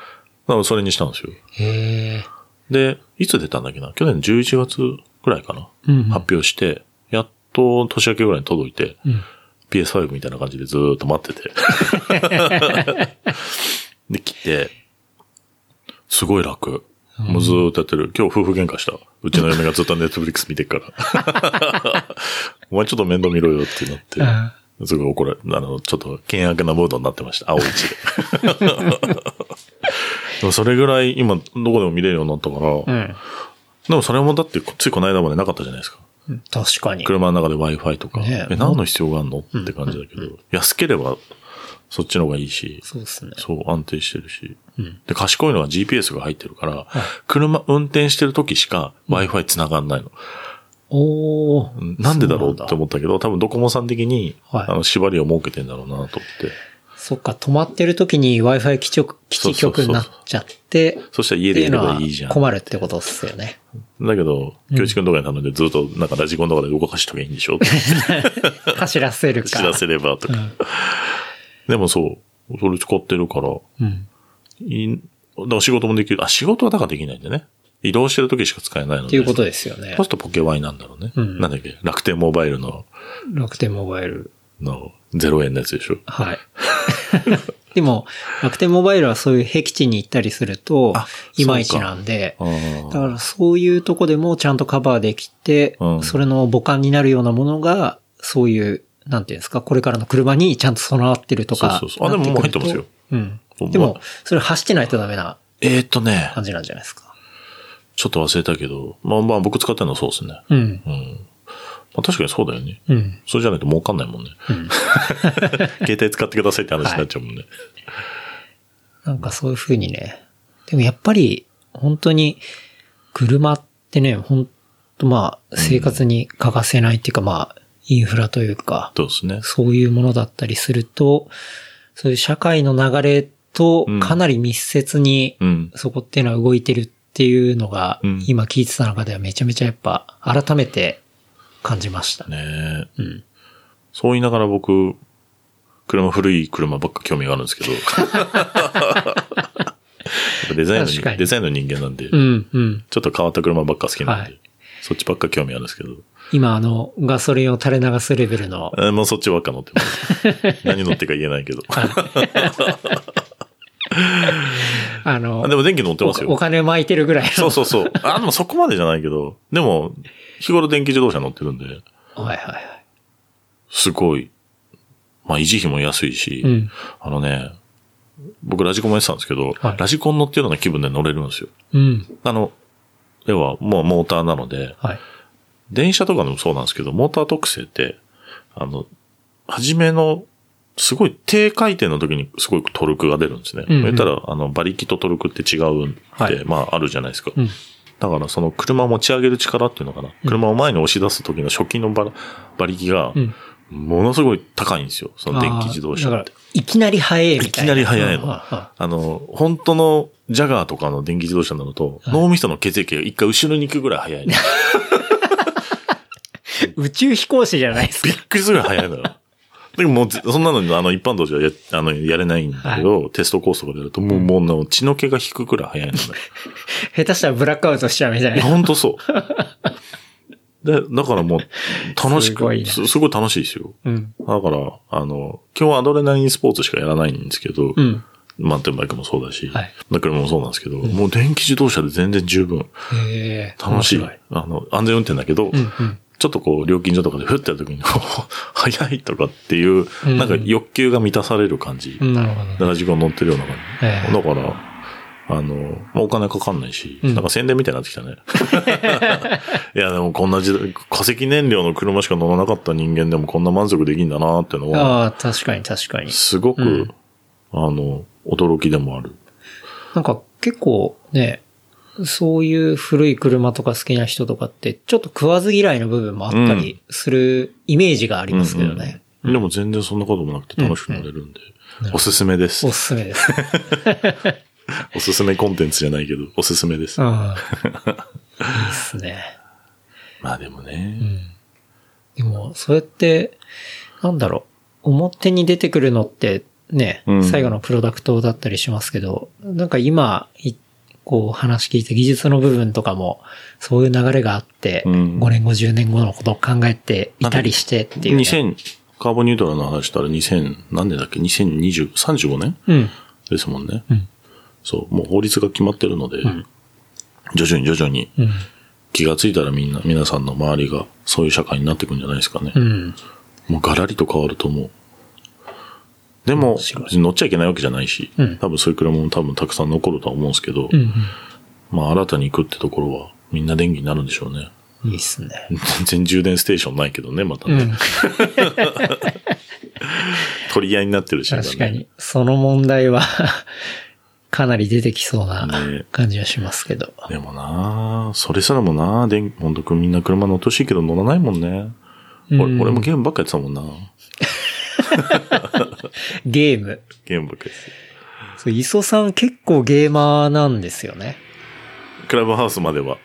らそれにしたんですよ。へえ。で、いつ出たんだっけな去年11月ぐらいかな、うん。発表して、やっと年明けぐらいに届いて、うん。 PS5 みたいな感じでずーっと待ってて。 で、来て、すごい楽。もうずーっとやってる。今日夫婦喧嘩した。うちの嫁がずっとネットフリックス見てっから。 お前ちょっと面倒見ろよってなって。すごい怒られ、あの、ちょっと険悪なムードになってました。青い地で。 でもそれぐらい今どこでも見れるようになったから、うでん。もそれもだってついこの間までなかったじゃないですか。うん確かに。車の中で Wi-Fi とか、ねええ、何の必要があるのって感じだけど、安ければそっちの方がいいし、そうですね。そう、安定してるし。うん。で、賢いのは GPS が入ってるから、車運転してる時しか Wi-Fi 繋がんないの。おお。なんでだろうってそうなんだ思ったけど、多分ドコモさん的に、はいあの、縛りを設けてんだろうなと思って。そっか、止まってる時に Wi-Fi 基地局基地局になっちゃって、そしたらっ家てでいやうのれはばいいじゃん。困るってことっすよね。だけど、ん京一くんとかに頼んでずっとなんかラジコンとかで動かしとけばいいんでしょって走らせるか。知らせればとか。でもそう、それ使ってるから、うん。いだから仕事もできる。あ、仕事はだからできないんでね。移動してる時しか使えないので。っていうことですよねポ。ストポケワイなんだろうね。うんなんだっけ楽天モバイルの、楽天モバイル。の、0円のやつでしょ。 はい。でも、楽天モバイルはそういう僻地に行ったりするとあ、いまいちなんで、あだーからそういうとこでもちゃんとカバーできて、うんそれの母艦になるようなものが、そういう、なんていうんですか、これからの車にちゃんと備わってるとか。そうそうそうあでももう入ってますようん。もうでも、それ走ってないとダメなえーっとね、感じなんじゃないですか。ちょっと忘れたけど、まあまあ僕使ってるのはそうですね。うん。うん。あ、確かにそうだよね。うん。そうじゃないと儲かんないもんね。携帯使ってくださいって話になっちゃうもんね。なんかそういう風にね。でもやっぱり、本当に、車ってね、本当まあ、生活に欠かせないっていうか、まあ、インフラというか、そうですね。そういうものだったりすると、そういう社会の流れとうんかなり密接に、うん。そこっていうのは動いてるっていうのが、うん今聞いてた中ではめちゃめちゃやっぱ、改めて感じましたね。ねうえ。ん。そう言いながら僕、車、古い車ばっか興味があるんで すけど。やっぱデザインの確か人、にデザインの人間なんで、うん、うん。ちょっと変わった車ばっか好きなんはで、いそっちばっか興味あるんですけど、今あの、ガソリンを垂れ流すレベルの、えーもうそっちばっか乗って ます。何乗ってか言えないけど。 あの、あでも電気乗ってますおおよ。金巻いてるぐらいの。そうそうそう。あ、でもそこまでじゃないけど、でも、日頃電気自動車乗ってるんで、はいはいはい。すごい。まあ維持費も安いし、うん。あのね、僕ラジコンもやってたんですけど、はいラジコン乗ってるような気分で乗れるんですよ。うん。あの、要はもうモーターなので、はい。電車とかでもそうなんですけど、モーター特性って、あの、初めの、すごい低回転の時にすごくトルクが出るんですね。うんうん言ったら、あの、馬力とトルクって違うんで、はいまあ、あるじゃないですか。うん。だから、その車を持ち上げる力っていうのかな。車を前に押し出す時の初期の馬馬力がう、ん。ものすごい高いんですよ。その電気自動車あーっだてか。ら、いきなり速いみたいな。いきなり速いのうんはあの、本当のジャガーとかの電気自動車になると、はい脳みその血液が一回後ろに行くぐらい速 いの。いはい宇宙飛行士じゃないですびっか。くりするぐらい速いのよ。でももうぜ、そんなのに、あの、一般道じゃや、あの、やれないんだけど、テストコースとかでやると、もう、もうもう、血の気が引くくらい速いのね。下手したらブラックアウトしちゃうみたいいやな。ほんとそう。で、だからもう、楽しすごいく、ねすすごい楽しいですよ。うん。だから、あの、今日はアドレナリンスポーツしかやらないんですけど、うん。マウンテンバイクもそうだし、はい車もそうなんですけど、もう電気自動車で全然十分へえ。楽しい。面白あの、安全運転だけど、うんうん。ちょっとこう、料金所とかでふってやるときに、 早いとかっていう、うんなんか欲求が満たされる感じ。うんなるほど。ラジコン乗ってるような感えじ。えだから、あの、まあお金かかんないし、うんなんか宣伝みたいになってきたね。 いや、でもこんな時代、化石燃料の車しか乗らなかった人間でもこんな満足できんだなってのは、ああ、確かに確かに。すごく、うんあの、驚きでもある。なんか結構ね、そういう古い車とか好きな人とかって、ちょっと食わず嫌いの部分もあったりするイメージがありますけどね。うんうんでも全然そんなこともなくて楽しく乗れるんで、うんおすすめですお。すすめです。おすすめコンテンツじゃないけど、おすすめです。 ああ。いいっすね。まあでもうね。ん。でも、そうやって、なんだろう、表に出てくるのってね、うん最後のプロダクトだったりしますけど、なんか今、いこう話聞いて技術の部分とかも、そういう流れがあって、うん5年後、10年後のことを考えていたりしてっていう、ね。 2000、カーボンニュートラルの話したら2000、何年だっけ ?2020、35年うん。ですもんね。うん。そう、もう法律が決まってるので、徐々に徐々にうん。気がついたらみんな、皆さんの周りがそういう社会になっていくんじゃないですかねう。ん。もうガラリと変わると思う。でも、白い別に乗っちゃいけないわけじゃないし、うん多分そういう車も多分たくさん残るとは思うんですけど、うん。まあ新たに行くってところはみんな電気になるんでしょうね。いいっすね。全然充電ステーションないけどね、またうね。ん。取り合いになってるし、確か今ね。に、その問題は、 かなり出てきそうなね感じはしますけど。でもなあそれすらもなあ電ほんとみんな車乗ってほしいけど乗らないもんね。俺うん俺もゲームばっかやってたもんなゲーム。ゲームばっかやってたそう、磯さん結構ゲーマーなんですよね。クラブハウスまでは。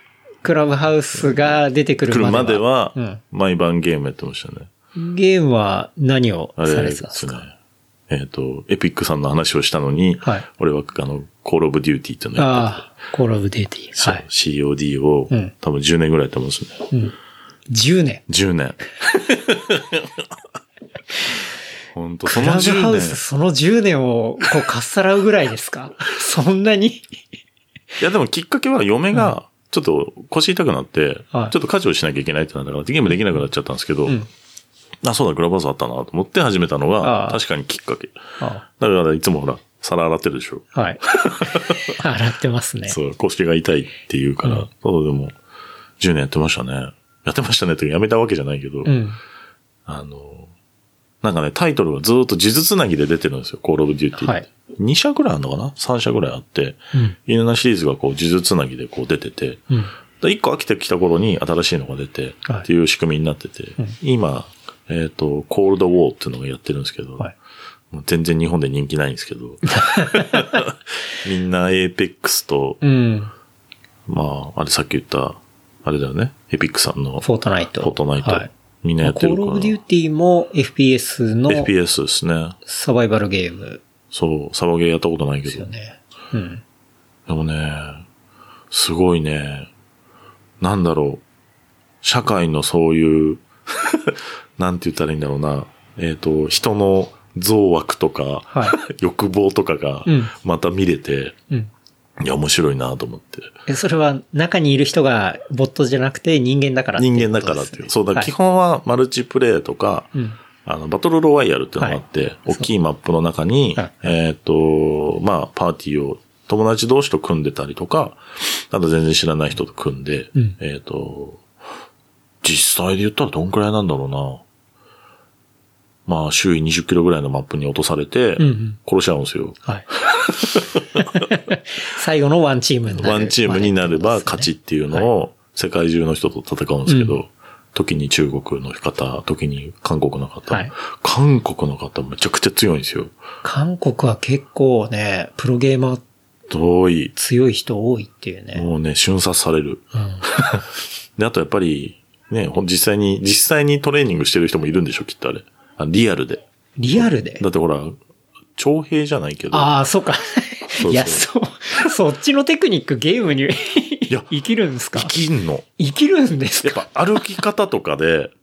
クラブハウスが出てくる来るままでではは。、うん毎晩ゲームやってましたね。ゲームは何をあれされでてたんですすかね。えっ、と、エピックさんの話をしたのに、はい俺は、あの、コールオブデューティーっていうのをやってああ、コールオブデューティて、ー。はい。そう COD を、うん多分10年ぐらいやってますね。うん、10年。 10年。 ほんと、そクのラブハ10ウス年。その10年をこうかっさらうぐらいです かそんなにいや、でもきっかけは嫁が、ちょっと腰痛くなって、はいちょっと家事をしなきゃいけないってなったから、ゲームできなくなっちゃったんですけど、うん。あ、そうだ、グラバースあったなと思って始めたのあがあ、確かにきっかけ。あだから、いつもほら、皿洗ってるでしょ。あ はい。洗ってますね。そう、腰が痛いって言うから、うんそう、でも、10年やってましたね。やってましたねってやめたわけじゃないけうど、ん。あの、なんかね、タイトルがずーっと地図つなぎで出てるんですよ、コールオブデューティー。はい。 2社ぐらいあるのかな ?3 社ぐらいあって、うん。いろんなシリーズがこう、地図つなぎでこう出てて、うん。で1個飽きてきた頃に新しいのが出て、はいっていう仕組みになってて、うん今、えっ、と、コールドウォーっていうのをやってるんですけど、はいもう全然日本で人気ないんです けど、みんなエーペックスと、うん。まあ、あれさっき言った、あれだよね、エピックさんのフォートナイト。フォートナイト。はい。みんなやってコるーかルら。オブデューティーも FPS の FPS ですね。サバイバルゲームそう、サバゲーやったことないけですど。よね。うん。でもね、すごいね、なんだろう、社会のそういう、 なんて言ったらいいんだろうな、えっ、と、人の増悪とか、はい。 欲望とかがうん、また見れて、うん。いや、面白いなと思って。えそれは中にいる人がボットじゃなくて人間だからってい人うこ間だとからでっすてねいう。そうだ、はい基本はマルチプレイとか、うん。あの、バトルロワイヤルっていうのがあって、大きいマップの中に、はいえっ、と、まあ、パーティーを友達同士と組んでたりとか、あと全然知らない人と組んで、うんえっ、と、実際で言ったらどんくらいなんだろうな。まあ、周囲20キロぐらいのマップに落とされてうんうん、殺しちゃうんですよ。 はい。最後のワンチームになる。ワンチームになれば勝ちっていうのを世界中の人と戦うんですけど、う時に中国の方、時に韓国の方、はい韓国の方めちゃくちゃ強いんですよ。韓国は結構ね、プロゲーマー遠い。強い人多いっていうね。もうね、瞬殺される。うん。で、あとやっぱり、ね、ほん実際に、実際にトレーニングしてる人もいるんでしょ、きっとあれ。あリアルで。リアルで。だってほら、徴兵じゃないけど。ああ、そうか。そういや、そう。そっちのテクニックゲームにや 生きるんですか生きんの。生きるんですやっかぱ歩き方とかで、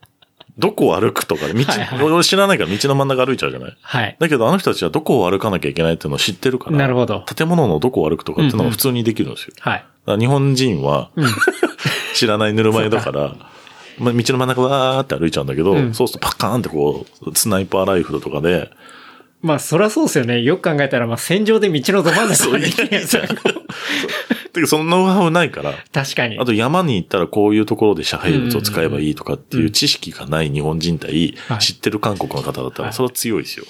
どこを歩くとかで、道、俺知らないから道の真ん中歩いちゃうじゃないはい。だけどあの人たちはどこを歩かなきゃいけないっていうのを知ってるから。なるほど。建物のどこを歩くとかっていうのが普通にできるんですよ。はい。だから日本人は、うん。 知らないぬるま湯だから、まあ、道の真ん中わーって歩いちゃうんだけど、うんそうするとパカーンってこう、スナイパーライフルとかで、まあ、そらそうですよね。よく考えたら、まあ、戦場で道のど真ん中そうに行けないじゃん。てかそのノウハウないから、 確かに。あと山に行ったらこういうところで遮蔽物を使えばいいとかっうてんうんいううん知識がない日本人対、はい知ってる韓国の方だったはいら、それは強いですよ。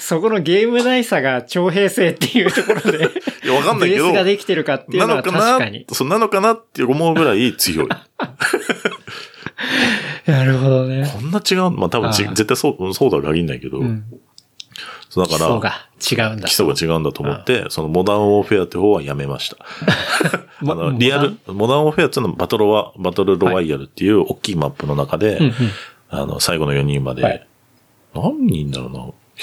そこのゲーム内さが徴兵制っていうところで、いや、わかんないベけーど、スができてるかっていうなのはのか確なかに。そう、なのかなって思うぐらい強い。なるほどね。こんな違うまあ多分ちあー絶対そう、そうとは限らないけど、うん。そうだ基から、礎が違うんだ。基礎が違うんだと思って、そのモダンウォーフェアって方はやめました。あまの、リアル。、モダンウォーフェアっていうのはバトルは、バトルロワイヤルっていう大きいマップの中で、うんうん。あの、最後の4人まで、はい何人だろう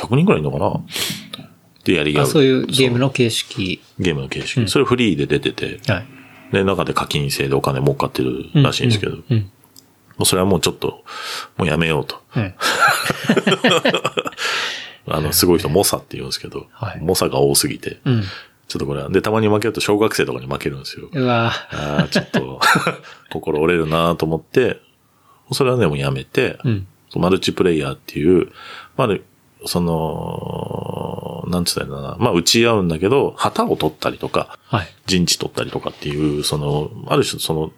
な、100人くらいいるのかなでやり合あう。そういうゲームの形式。そう。ゲームの形式。うんそれフリーで出てて、はい。で、中で課金制でお金儲かってるうらしいんですけど、うもうん。うそれはもうちょっと、もうやめようと。うん。あの、すごい人、モサって言うんですけど、はいモサが多すぎて、うん。ちょっとこれは、で、たまに負けると小学生とかに負けるんですよ。うわああ、ちょ っと、心折れるなと思って、それはね、もうやめて、うん。マルチプレイヤーっていう、まあ、その、なんつったらいいんだろうな、まあ、打ち合うんだけど、旗を取ったりとか、はい。陣地取ったりとかっていう、その、ある種その、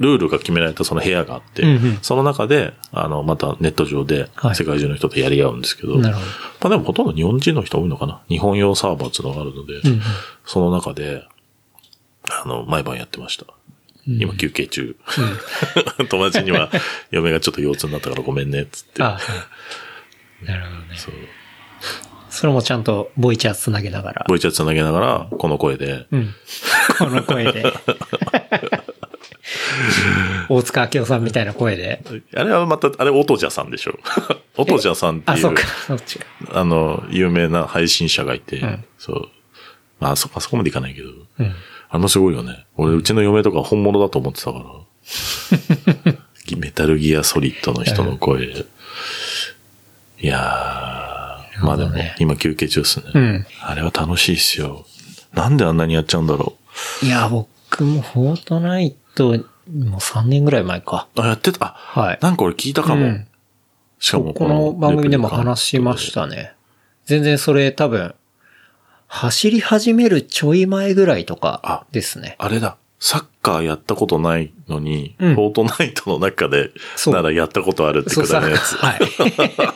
ルールが決められたその部屋があって、うんうんその中で、あの、またネット上では、い世界中の人とやり合うんですけど、なるほまあでもほとんど日本人の人多いのかな。日本用サーバーっていうのがあるので、ど。うんうん。その中で、あの、毎晩やってました。うん今休憩中。 友達には、嫁がちょっと腰痛になったからごめんね、っつって。あは いなるほどね。そう。それもちゃんとボイチャーつなげながら。ボイチャつなげながら、この声で、うん。この声 で。大塚明夫さんみたいな声で。あれはまた、あれ、音じゃさんで しょ。音じゃさんってあ、いそうっか、、そっちか。あの、有名な配信者がいて、うんそう。まあ、あそこ、あそこまでいかないけど、うん。あれもすごいよね。俺、うちの嫁とか本物だと思ってたから。ギ メタルギアソリッドの人の声。 いやー、まなるほあでも、どね今休憩中っすね、うんあれは楽しいっすよ。なんであんなにやっちゃうんだろいや、僕もフォートナイト、もう3年ぐらい前か。う。あ、やってた。あ、はい。なんか俺聞いたかも。うんしかも。この番組でも話しましたたね。全然それ多分、走り始めるちょい前ぐらいとかですね。あれだ。サッカーやったことないのに、うんフォートナイトの中で、そうならやったことあるってそくう、サだッりカのー。やつ。 はい。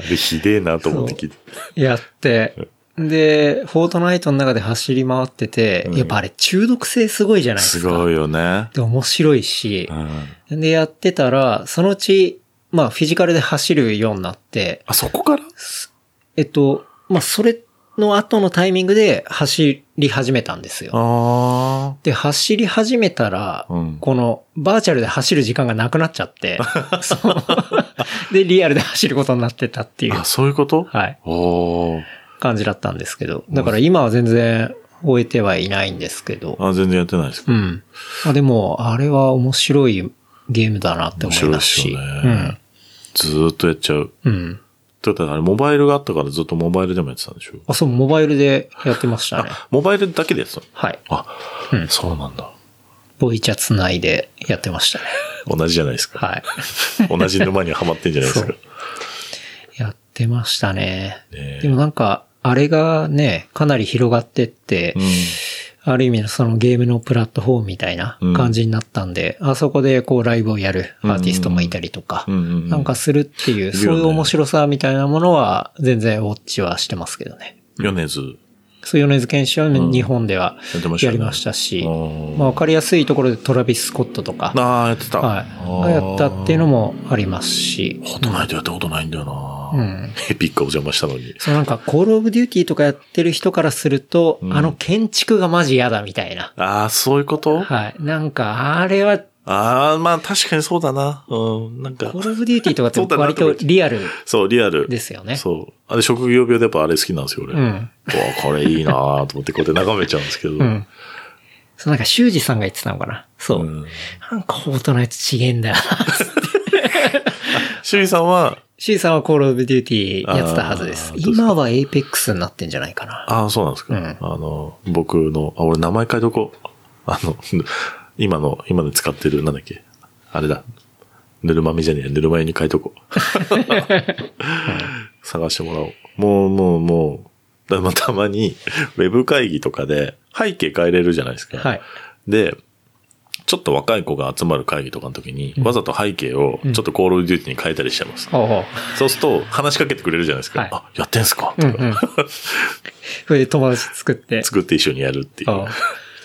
あれひでえなと思って聞いて。やって、で、フォートナイトの中で走り回ってて、うんやっぱあれ中毒性すごいじゃないですすか。ごいよね。で、面白いしう、ん。で、やってたら、そのうち、まあ、フィジカルで走るようになって、あ、そこからえっと、まあ、それの後のタイミングで走り始めたんですよ。あで、走り始めたら、あ。うん。この、バーチャルで走る時間がなくなっちゃ って、そうで、リアルで走ることになってたっていうあ、、そういうことはい、おー感じだったんですけど。だから今は全然終えてはいないんですけど、あ、全然やってないです。うん。まあ、でも、あれは面白いゲームだなって思いますし。面白いっすよねずーっとやっちゃう。うん。うん。だってあれ、モバイルがあったからずっとモバイルでもやってたんでしょあ、そう、モバイルでやってましたね。モバイルだけでやってたのはい。あ、うんそうなんだ。ボイチャ繋いでやってましたね。同じじゃないですか。はい。同じ沼にはまってんじゃないです か。そうやってましたね。ねえでもなんか、あれがね、かなり広がってってうん、。ある意味のそのゲームのプラットフォームみたいな感じになったんで、あそこでこうライブをやるアーティストもいたりとか、うんうんうんなんかするっていう、るよねそういう面白さみたいなものは全然ウォッチはしてますけどね。米津そう、米津玄師は日本ではやってましたやよねりましたしあ、ーまあわかりやすいところでトラビス・スコットとか、あー、やってた。はい、がやったっていうのも。もありますし、ほとないとやったことないんだよな、うんエピックがお邪魔したのに。そうなんか、コールオブデューティーとかやってる人からすると、うんあの建築がマジ嫌だみたいな。ああ、そういうこと、はい。なんか、あれは、ああ、まあ確かにそうだな。うん、なんかコ。ールオブデューティーとかそうってだな割とリアルそう、リアル。ですよね。そう。あれ、職業病でやっぱあれ好きなんですよ、俺。ううわ、ん。これいいなーと思ってこうやって眺めちゃうんですけど。うん。そう、なんか、修二さんが言ってたのかな。そう。うんなんか、フォートナイトちげえんだよな。 シュリさんは、修二さんはコールオブデューティーやってたはずですあ。ーどうですか今はエイペックスになってんじゃないかな。ああ、そうなんですか。うんあの、僕の、あ、俺名前変えとこう。あの、今の、今で使ってる、なんだっけ。あれだ。ぬるまみじゃねえや、ぬるま湯に変えとこう。探してもらおう。もう、もう、もう、だまあたまに、ウェブ会議とかで、背景変えれるじゃないですか。はい。で、ちょっと若い子が集まる会議とかの時に、わざと背景を、ちょっとコールデューティーに変えたりしてます。おうおう。そうすると、話しかけてくれるじゃないですか。はいあ、やってんすか、うん うん。それで友達作って。作って一緒にやるっていおうう。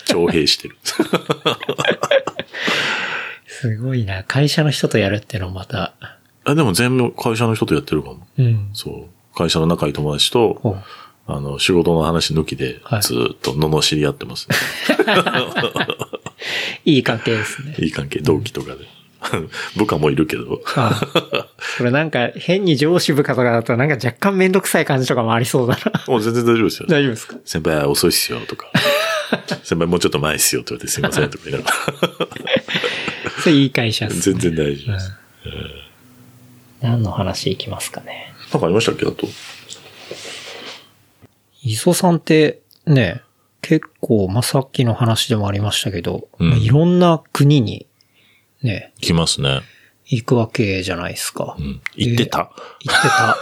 徴兵してる。 すごいな。会社の人とやるってのもまた。あでも全部会社の人とやってるかも。うん。そう。会社の仲いい友達と、おうあの、仕事の話抜きでは、いずーっと罵り合って ます、ねいい関係ですね。い。い関係、同期とかで。 部下もいるけど。あ これなんか変に上司部下とかだとなんか若干めんどくさい感じとかもありそうだな。もう全然大丈夫ですよ。 大丈夫ですか先輩遅いっすよ、とか。先輩もうちょっと前っすよ、と言われてすいません、とか言いながら。それいい会社です、全然大丈夫です。何の話いきますかね。なんかありましたっけだと。磯さんってね、結構、まあ、さっきの話でもありましたけど、うんまあいろんな国にね、来ますね。行くわけじゃないですか。うん。行ってた。行ってた。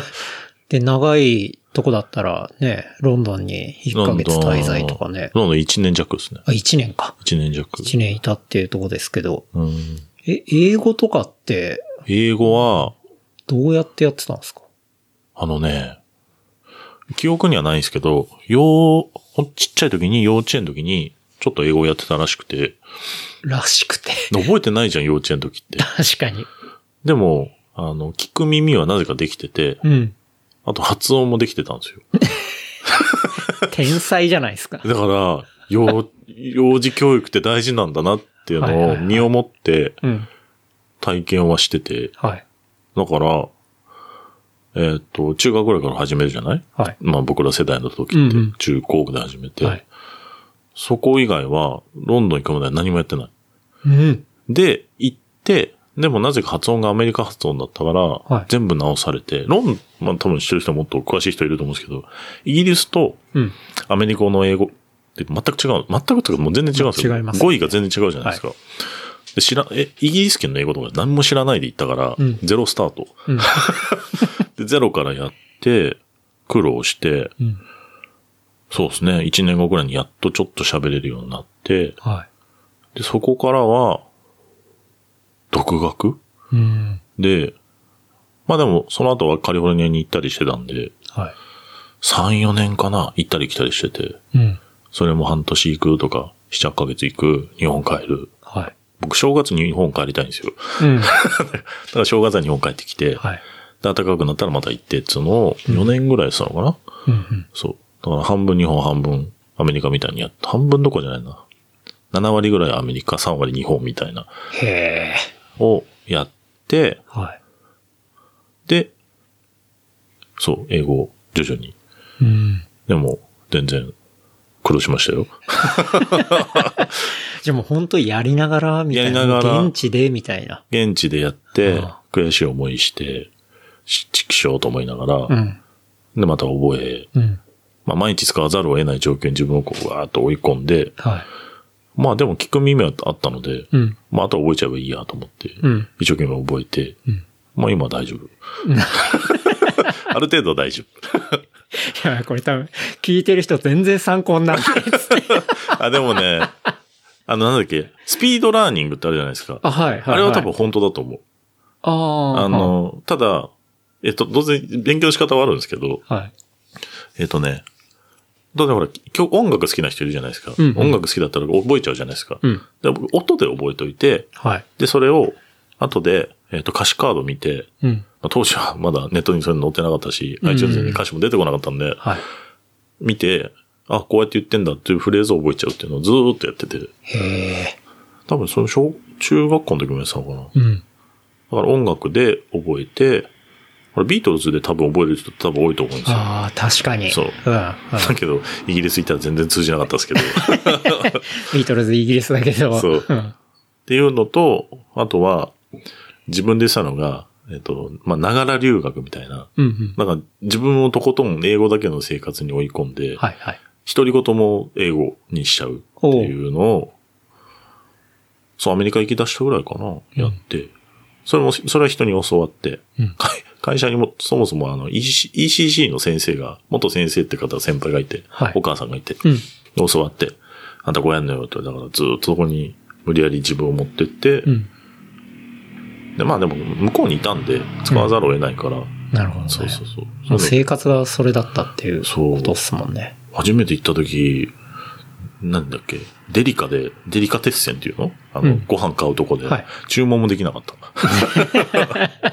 で、長いとこだったらね、ロンドンに1ヶ月滞在とかね。ロンドン1年弱ですね。あ、1年か。 1年弱。 1年いたっていうとこですけど、うん。え、英語とかって英語は、どうやってやってたんですかあのね、記憶にはないんですけど、よう、ほんちっちゃい時に、幼稚園の時に、ちょっと英語やってたらしくて、らしくて。 覚えてないじゃん、幼稚園の時って。確かに。でも、あの、聞く耳はなぜかできてて、うん。あと発音もできてたんですよ。天才じゃないですか。だから、幼、幼児教育って大事なんだなっていうはいのはをいはい身をもってうん。体験はしてて、はい。だから、えーっ、と、中学ぐらいから始めるじゃないはい。まあ僕ら世代の時うんっうんて、中高で始めて、はい。そこ以外は、ロンドン行くまでは何もやってない。うん。で、行って、でもなぜか発音がアメリカ発音だったから、い全部直されて、ロン、まあ多分知ってる人はもっと詳しい人いると思うんですけど、イギリスとうん。アメリカの英語って全く違う、全くというかもう全然違うんですよ。違います語彙が全然違うじゃないですか。で知らえイギリス圏の英語とか何も知らないで行ったから、うんゼロスタート。うん。で、ゼロからやって、苦労して、うん。そうですね。1年後くらいにやっとちょっと喋れるようになって、はで、そこからは、独学い。うん。で、まあでも、その後はカリフォルニアに行ったりしてたんで、は3、4年かな、行ったり来たりしてて、い。うん。それも半年行くとか、7、8ヶ月行く、日本帰る。はい。僕、正月に日本帰りたいんですよ。うん。だから正月は日本帰ってきて、はい。で、暖かくなったらまた行ってっていうのを、4年ぐらいしたのかな、うんうん。そう。だから半分日本、半分アメリカみたいにやっ半分どころじゃないな。7割ぐらいアメリカ、3割日本みたいな、へえ。をやって、はで、そう、英語、徐々に。い。うん。でも、全然、苦労しましたよ。じゃあもう本当やりながら、みたいな。やりながら現地で、みたいな。現地でやってあ、悔しい思いして、しちくしょうと思いながら、うん。で、また覚え、うん。まあ、毎日使わざるを得ない状況に自分をこう、わーっと追い込んで、はい。まあ、でも聞く耳はあったので、うん。まあ、あとは覚えちゃえばいいやと思って、うん。一生懸命覚えて、うんまあ、今は大 丈夫。ある程度は大丈夫。いや、これ多分、聞いてる人全然参考にならないですね。あ、でもね、あの、なんだっけ、スピードラーニングってあるじゃないですか。あ、 はい、いあれは多分、本当だと思う。ああ、あ、の、ただ、えっと、当然、勉強の仕方はあるんですけど、はい。えっとね、だってほら、今日音楽好きな人いるじゃないですか。うんうん音楽好きだったら覚えちゃうじゃないですか。うん。で僕音で覚えといて、はい。で、それを、後で、えっと、歌詞カード見て、うん。まあ当時はまだネットにそういうの載ってなかったし、うん iTunes に歌詞も出てこなかったんで、はい。見て、あ、こうやって言ってんだっていうフレーズを覚えちゃうっていうのをずーっとやってて、へえ。も多分その小、中学校の時もやってたのかな。うん。だから音楽で覚えて、これビートルズで多分覚える人って多分多いと思うんですよ。ああ、確かに。そううん。うんだけど、イギリス行ったら全然通じなかった ですけど。ビートルズイギリスだけど。そううん。っていうのと、あとは、自分でしたのが、えっと、まあ、ながら留学みたいな。うんうん。なんか、自分をとことん英語だけの生活に追い込んで、はいはい。独り言も英語にしちゃうっていうのを、そう、アメリカ行き出したぐらいかな、やって。それも、それは人に教わって、うん会会社にも、そもそもあの、EC ECC の先生が、元先生って方、先輩がいて、はいお母さんがいて、うん。教わって、あんたこうやんのよって、だからずっとそこに無理やり自分を持ってって、うん。で、まあでも向こうにいたんで、使わざるを得ないから、なるほどね。そうそうそう。もうそれで生活がそれだったっていうそうことっすもんね。初めて行った時、なんだっけ、デリカで、デリカテッセンっていうのあの、うんご飯買うとこで、はい注文もできなかった。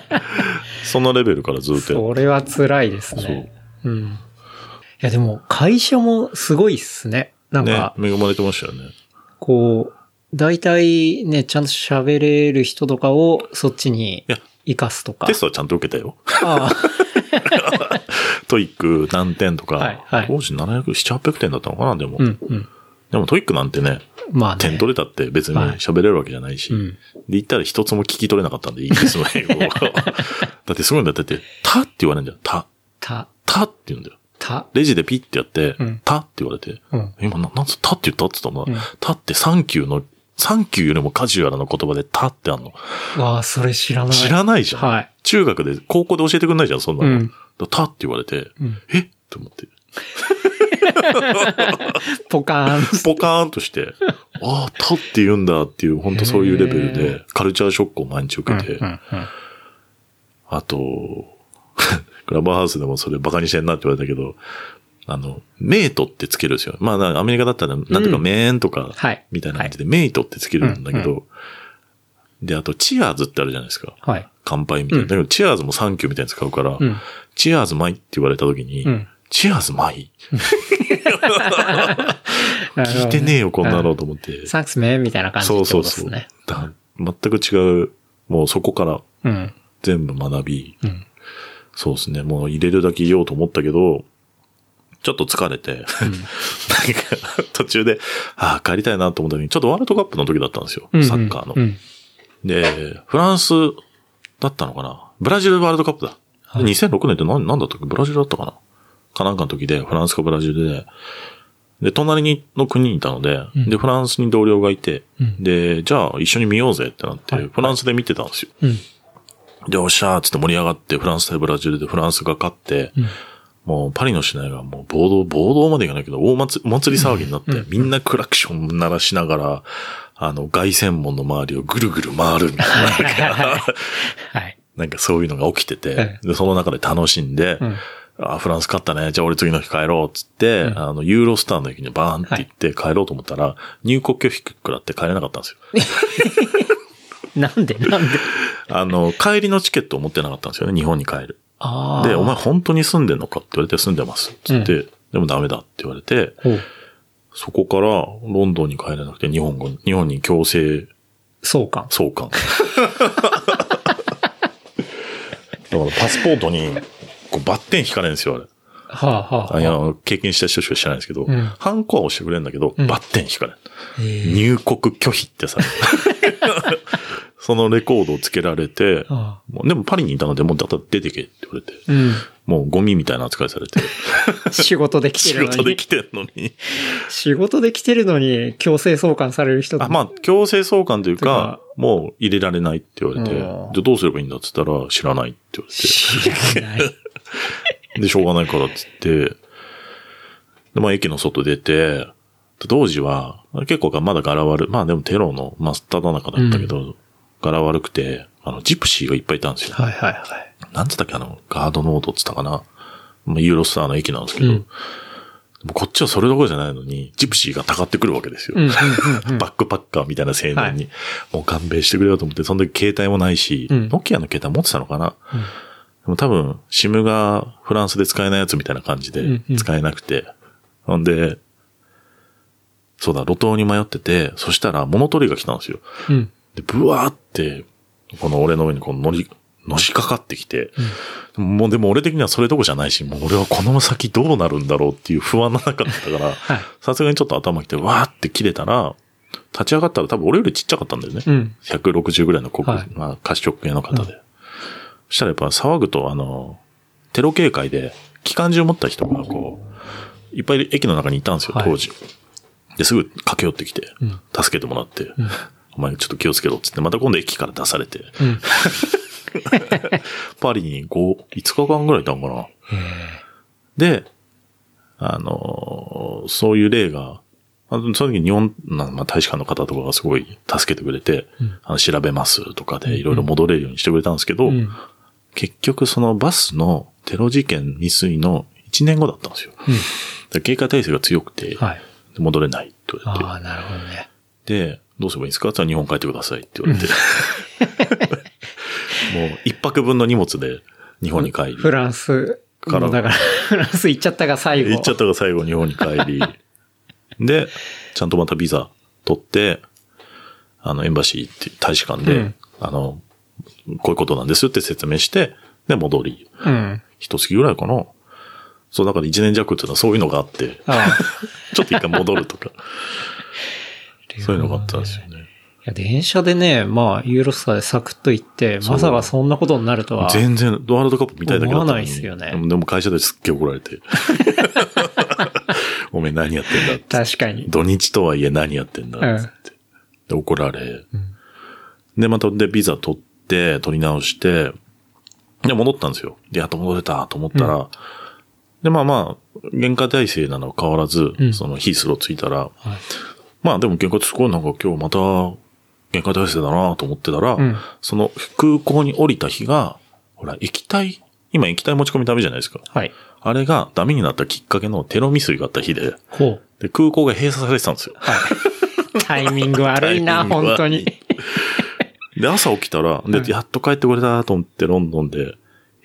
そのレベルからずっとやっそれは辛いですね。うん。いやでも、会社もすごいっすね。なんねか、、恵まれてましたよね。こう、大体ね、ちゃんと喋れる人とかをそっちにいや生かすとか。テストはちゃんと受けたよ。ああ トイック何点とか、はいはい当時700、7、800点だったのかな、でも。うんうん。でもトイックなんてね、まあね。点取れたって別に喋れるわけじゃないし、うん。で、言ったら一つも聞き取れなかったんで、イギリスの英 語をだってすごいんだよ。だって、たって言われるんだよ。た、た、たって言うんだよ。た、レジでピッてやってうん、たって言われて、うん。今、な、なんつったって言ったって言ったうのんかなたってサンキューの、サンキューよりもカジュアルな言葉でたってあんの。わあ、それ知らない。知らないじゃん。はい。中学で、高校で教えてくんないじゃん、そんなうの。んだからたって言われて、うん。えって思って、ポカーン。ポカーンと して、ああ、たって言うんだっていう、本当そういうレベルへで、カルチャーショックを毎日受けて、うんうんうんあと、 クラブハウスでもそれバカにしてんなって言われたけど、あの、メイトってつけるんですよ。まあ、なアメリカだったら、なんとかメーンとかはい、みたいな感じで、メイトってつけるんだけうんど、で、あと、チアーズってあるじゃないですか。はい。乾杯みたいな。うんだけど、チアーズもサンキューみたいに使うからうん、チアーズマイって言われた時にうん、チアーズマイ聞いてねえよ、こんなのと思って。サンクスメみたいな感じってそうことそですうそう。ね。だ全く違う、もうそこからうん。全部学び、うん。そうですね。もう入れるだけいようと思ったけど、ちょっと疲れ て、なんか途中で、ああ、帰りたいなと思った時に、ちょっとワールドカップの時だったんですよ。うんサッカーの、うん。で、フランスだったのかなブラジルワールドカップだ。はいで2006年って何何だったっけブラジルだったかなかなんかの時で、フランスかブラジルで、で、隣にの国にいたので、うんで、フランスに同僚がいて、うんで、じゃあ一緒に見ようぜってなって、はいフランスで見てたんですよ。うん。で、おっしゃーっつって盛り上がって、フランス対ブラジルでフランスが勝って、うんもうパリの市内がもう暴動、暴動までいかないけど、大祭りお祭り騒ぎになって、みんなクラクション鳴らしながら、あの、凱旋門の周りをぐるぐる回るみたいな、はい。 なんかそういうのが起きてて、はいでその中で楽しんで、うん。あ、フランス勝ったね。じゃあ俺次の日帰ろう。つって、うんあの、ユーロスターの駅にバーンって行って帰ろうと思ったら、入国拒否食らって帰れなかったんですよ。なんでなんで あの、帰りのチケットを持ってなかったんですよね。日本に帰る。ああ。で、お前本当に住んでんのかって言われて住んでます。つって、でもダメだって言われて、ほう。そこからロンドンに帰れなくて日本語、日本に強制そうか。送還。だからパスポートに、こうバッテン引かれるんですよ、あれ。はあはあ。あいや、経験した人しか知らないんですけど、うんハンコは押してくれるんだけど、うんバッテン引かれる。えー入国拒 否ってさ、そのレコードをつけられて、ああもうでもパリにいたので、もうだったら出てけって言われて、 うん。もうゴミみたいな扱いされて、仕事で来て仕るの事でに。来てんのに。仕事で来てるのに強制送還される人 あまあ、強制送還というかとか、もう入れられないって言われて、うんじゃあどうすればいいんだって言ったら、知らないって言われ知らない。て、で、しょうがないからって言って、で、まあ駅の外出て、で当時は、結構まだ柄悪い、まあでもテロの真っ只中だったけど、柄悪くて、あの、ジプシーがいっぱいいたんですよ。 はいはいはい。なんつったっけ、あの、ガードノートっつったかな。まあ、ユーロスターの駅なんですけうど、んでもこっちはそれどころじゃないのに、ジプシーがたかってくるわけですよ。うんうんうんうんバックパッカーみたいな青年に、はいもう勘弁してくれよと思って、その時携帯もないし、うんノキアの携帯持ってたのかな。でも多分、シムがフランスで使えないやつみたいな感じうでんうん使えなくて、ほんで、そうだ、路頭に迷ってて、そしたら物取りが来たんですよ。うん。で、ブワーって、この俺の上にこう乗り、乗しかかってきて、もうでも俺的にはそれどころじゃないし、もう俺はこの先どうなるんだろうっていう不安な中だったから、はい。さすがにちょっと頭きて、わーって切れたら、立ち上がったら多分俺よりちっちゃかったんだよね。うん。 160ぐらいの黒、はいまあ、褐色系の方で。そしたらやっぱ騒ぐと、あの、テロ警戒で、機関銃持った人がこう、いっぱい駅の中にいたんですよ、はい当時。で、すぐ駆け寄ってきてうん、助けてもらって、お前ちょっと気をつけろっつって、また今度駅から出されて、うん。パリに5、5日間ぐらいいたんかな。で、あのーそういう例が、あのその時日本、なまあ、大使館の方とかがすごい助けてくれて、うんあの調べますとかでいろいろ戻れるようにしてくれたんですけど、うん。結局そのバスのテロ事件未遂の1年後だったんですよ。で警戒体制が強くて、はい。戻れないと言われてああ、なるほどね。で、どうすればいいんですかって言ったら日本帰ってくださいって言われて。 もう一泊分の荷物で日本に帰り。フランス、からもうだから、 フランス行っちゃったが最後。行っちゃったが最後日本に帰 り。で、ちゃんとまたビザ取って、あの、エンバシーって大使館で、うんあの、こういうことなんですって説明して、で、戻り。うん。一月ぐらいかな。そう、だから一年弱っていうのはそういうのがあって、ああ。ちょっと一回戻ると か、そういうのがあったんですよいね。や、電車でね、まあ、ユーロスターでサクッと行って、そうまさかそんなことになるとは。全然、ワールドカップ見たいだけだ思わったのに。ないっすよねでもでも会社ですっげえ怒ら れて。 おめえ何やってんだって。確かに。土日とはいえ何やってんだっつって。で怒られ。で、またで、ビザ取って、取り直して、で、戻ったんですよ。で、やっと戻れたと思ったら、で、まあまあ、原価体制なのは変わらず、うんそのヒースローついたら、はいまあでも原価すごいなんか今日また原価体制だなと思ってたら、うんその空港に降りた日が、ほら、液体、今液体持ち込みダメじゃないですか。はい。あれがダメになったきっかけのテロ未遂があった日で、ほう。で、空港が閉鎖されてたんですよ。タイミング悪いな、タイミング悪い本当に。で、朝起きたら、で、はいやっと帰ってこれたと思って、ロンドンで、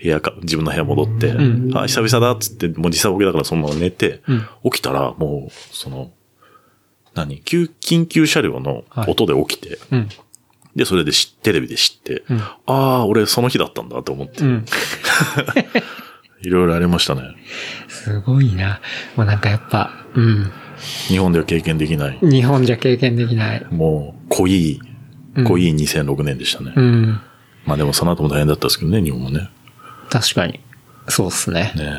部屋か、自分の部屋戻って、んあ、久々だっつって、もう時差ボケだからそのまま寝て、うん起きたら、もう、その、何緊緊急車両の音で起きて、うん。で、それで知テレビで知って、うんああ、俺その日だったんだと思って、うん。いろいろありましたね。すごいな。もうなんかやっぱ、うん。日本では経験できない、日本じゃ経験できない。もう、濃い、うん濃い2006年でしたね。うん。まあでもその後も大変だったですけどね、日本もね。確かに。そうっすね。ね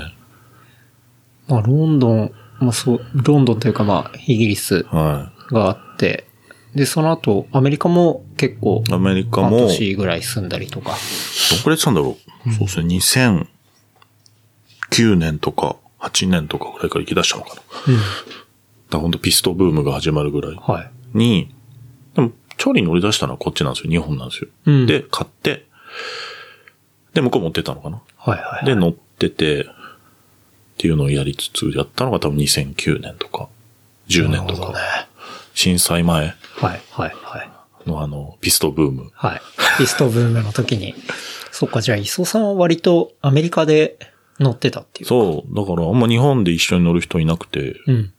まあ、ロンドン、まあそう、ロンドンというかまあ、イギリスはがあって、で、その後、アメリカも結構、い。アメリカ半も、年ぐらい住んだりとか。どんくらいやってたんだろう、そうですね、2009 9年とか8年とかぐらいから行き出したのかな。だからほんとピストブームが始まるぐらいはい。に、でも調理に乗り出したのはこっちなんですよ。日本なんですよ。うんで、買って、で、向こう持ってったのかな。はいはい。で、乗ってて、っていうのをやりつつやったのが多分2009年とか、10年となるほどねか、震災は前いはいはい。のあの、ピストブーム。はい。ピストブームの時に。 そっか、じゃあ、磯さんは割とアメリカで乗ってたっていう。そう、だからあんま日本で一緒に乗る人いなくて、うん。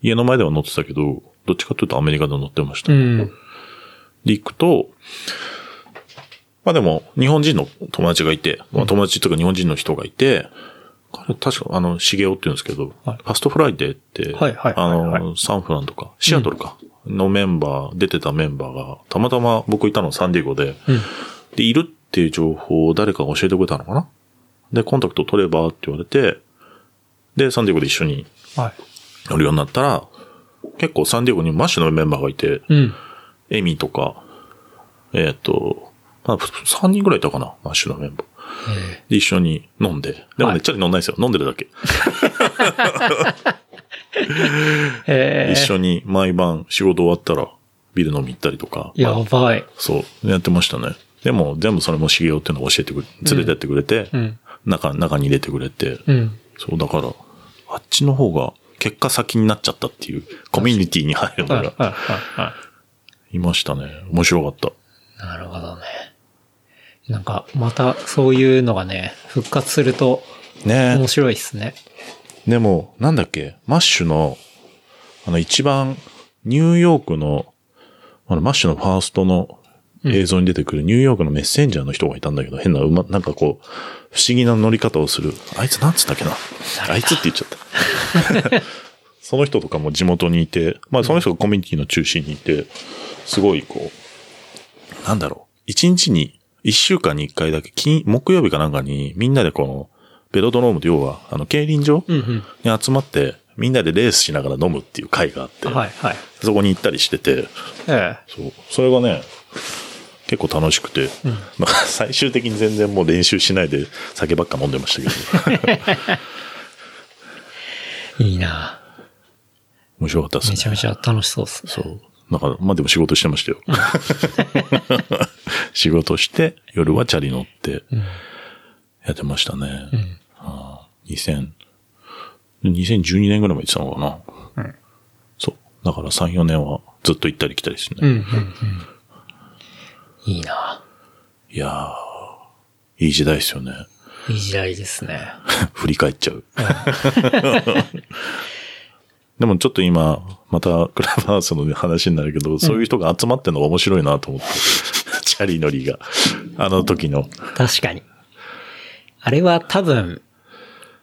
家の前では乗ってたけど、どっちかというとアメリカで乗ってました。うん。で行くと、まあでも、日本人の友達がいて、まあ友達とか日本人の人がいて、彼確か、あの、シゲオって言うんですけど、はいファストフライデーって、はいはいあはいはいの、サンフランとか、シアトルか、のメンバー、出てたメンバーが、たまたま僕いたのサンディエゴで、うん。で、いるっていう情報を誰かが教えてくれたのかなで、コンタクト取ればって言われて、で、サンディエゴで一緒にはい。乗るようになったら、結構サンディエゴにマッシュのメンバーがいて、うん。エミとか、えっ、と、まあ、3人ぐらいいたかな、マッシュのメンバー。で、一緒に飲んで。でもはね、いチャリ乗んないですよ。飲んでるだけ。え一緒に毎晩仕事終わったらビール飲み行ったりとか。ー、やばい。そう、やってましたね。でも、全部それも茂雄っていうのを教えてくれ、連れてってくれて、うん。中、中に入れてくれて、うん。そう、だから、あっちの方が、結果先になっちゃったっていう、コミュニティに入るはのいはいが、はいはいましたね。面白かった。い。なるほどね。なんか、またそういうのがね、復活するとねえ面白いですね。でも、なんだっけ、マッシュの、あの、一番、ニューヨークの、あの、マッシュのファーストの映像に出てくるニューヨークのメッセンジャーの人がいたんだけど、変な、うま、なんかこう、不思議な乗り方をする。あいつなんつったっけな。あいつって言っちゃった。 その人とかも地元にいて、まあその人がコミュニティの中心にいて、すごいこう、なんだろう、一日に、一週間に一回だけ、金、木曜日かなんかに、みんなでこの、ベロドロームって要は、あの、競輪場、うんうん。に集まって、みんなでレースしながら飲むっていう会があって、はいはい。そこに行ったりしてて、えそう。それがね、結構楽しくて、まあ 最終的に全然もう練習しないで酒ばっか飲んでま したけど、えいいな面白かったですめね。ちゃめちゃ楽しそうですね。そう。なんか、まあでも仕事してましたよ。 仕事して、夜はチャリ乗って、やってましたね。ああ2000、2012年ぐらいまで行ってたのかな。そう。だから3、4年はずっと行ったり来たりですね。うんうんうん。いいないやー、いい時代ですよね。 いい時代ですね。振り返っちゃ う。でもちょっと今、またクラブハウスの話になるけど、そういう人が集まってるのが面白いなと思って。 チャリ乗りが。あの時の。確かに。あれは多分、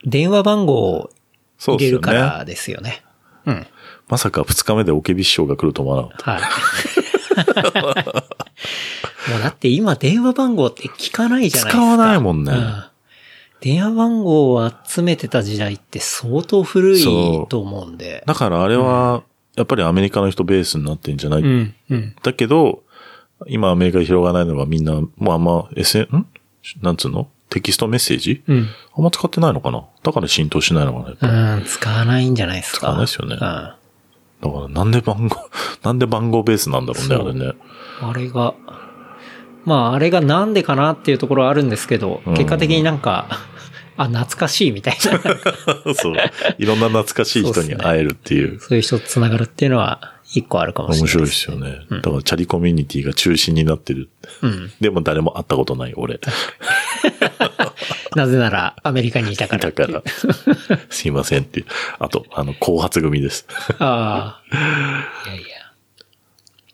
電話番号をそう入れですよるかね。らですよね。うん。まさか2日目でオケビ師匠が来ると思わなかっはい。もうだって今電話番号って聞かないじゃないですか。使わないもんねうん電話番号を集めてた時代って相当古いそうと思うんでた。。だからあれは、やっぱりアメリカの人ベースになってんじゃない、うん、うん。だけど、今アメリカで広がらないのがみんな、もうあんま SN、んなんつうのテキストメッセージうん。あんま使ってないのかなだから浸透しないのかなやっぱうん、使わないんじゃないですか。使わないですよねうん。あだからなんで番号、 なんで番号ベースなんだろうそね、あうれね。れが、まあ、あれがなんでかなっていうところはあるんですけど、うん結果的になんか、 あ、懐かしいみたいな、 そう。いろんな懐かしい人そうっにすね会えるっていう。そういう人と繋がるっていうのは、一個あるかもしれ面ない白いで。ですすよね。だからチャリコミュニティが中心になってる。うん。でも誰も会ったことない、 俺。なぜなら、アメリカにいたからだ。 から、すいませんっていう。あと、あの、後発組 です。ああ。いやいや。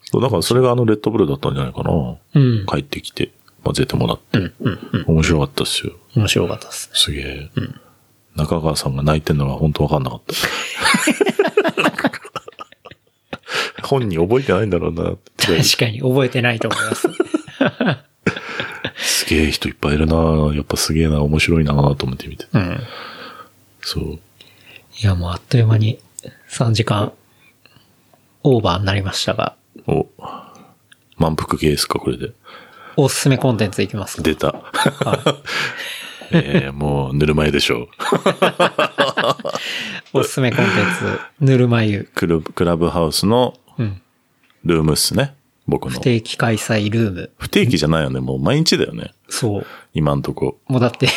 そうだからそれがあの、レッドブルだったんじゃないかな。うん。帰ってきて、混ぜてもらって。うん、うん、うん。面白かったっすよ。面白かったですね。すげえ。中川さんが泣いてんのが本当わかんなかった。 本人覚えてないんだろうなってぐらい。確かに、覚えてないと思います。すげえ人いっぱいいるなやっぱすげえな面白いなと思って見て。うん。そう。いや、もうあっという間に、3時間、オーバーになりましたが、お、満腹系ですか、これで。おすすめコンテンツいきますか出た。 えー、もう、ぬるま湯でしょう。おすすめコンテンツ、ぬるま湯。クルブクラブハウスのうん。ルームっすね。僕の不。定期開催ルーム。不定期じゃないよね。もう毎日だよね。そう。今んとこ。もうだって、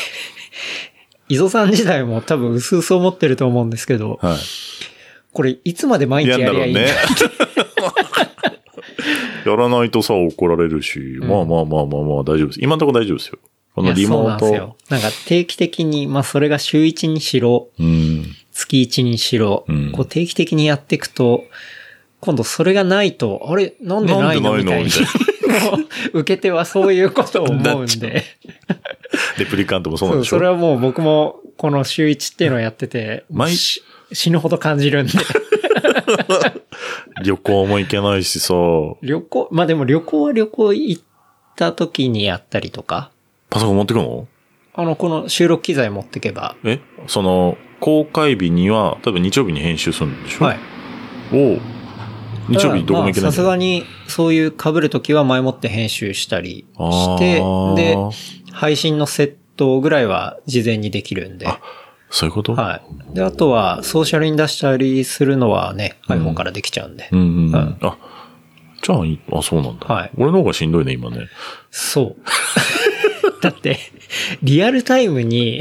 磯さん自体も多分薄々思ってると思うんですけど、はこれいつまで毎い。日ややんりゃだいうろいんだね。やらないとさ、怒られるし、まあまあまあまあまあ大丈夫です。今んとこ大丈夫ですよ。こいのやリモーそうなんですトよ。。なんか定期的に、まあそれが週1にしろ、うん。月1にしろ、うんこう定期的にやっていくと、今度それがないと、あれなんでないのなんみでなたいいのに。もう受け手はそういうことを思うんで。レプリカントもそうなそんう、でしょそれはもう僕もこの週1っていうのをやってて、毎し死ぬほど感じるんで。旅行も行けないしさ、旅行、まあでも旅行は旅行行った時にやったりとか、パソコン持ってくのあの、この収録機材持ってけば、えその、公開日には、多分日曜日に編集するんでしょはい。。おう日曜日どこも行けまあさないんじすゃないがに、そういう被る時は前もって編集したりしてあー、で、配信のセットぐらいは事前にできるんで。あそういうことはい。で、あとは、ソーシャルに出したりするのはね、iPhone からできちゃうんで。うんうんうん。はいあ、じゃあいい、あ、そうなんだ。はい俺の方がしんどいね、今ね。そう。 だって、リアルタイムに、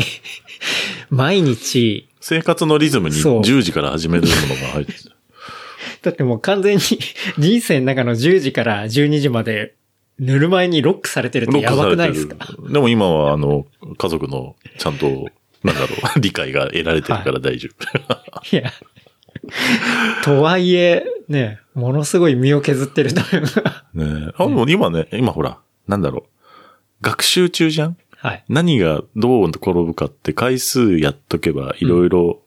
毎日、生活のリズムにそう10時から始めるものが入って。だってもう完全に 人生の中の10時から12時まで、ぬるま湯にロックされてるって やばくないですかでも今は、あの、家族の、ちゃんと、なんだろ う、理解が得られてるから大丈夫。いや。とはいえ、ね、ものすごい身を削ってるという か。ねえ あ、でも今ね、今ほら、なんだろう、学習中じゃんはい。何がどう転ぶかって回数やっとけば、いろいろ、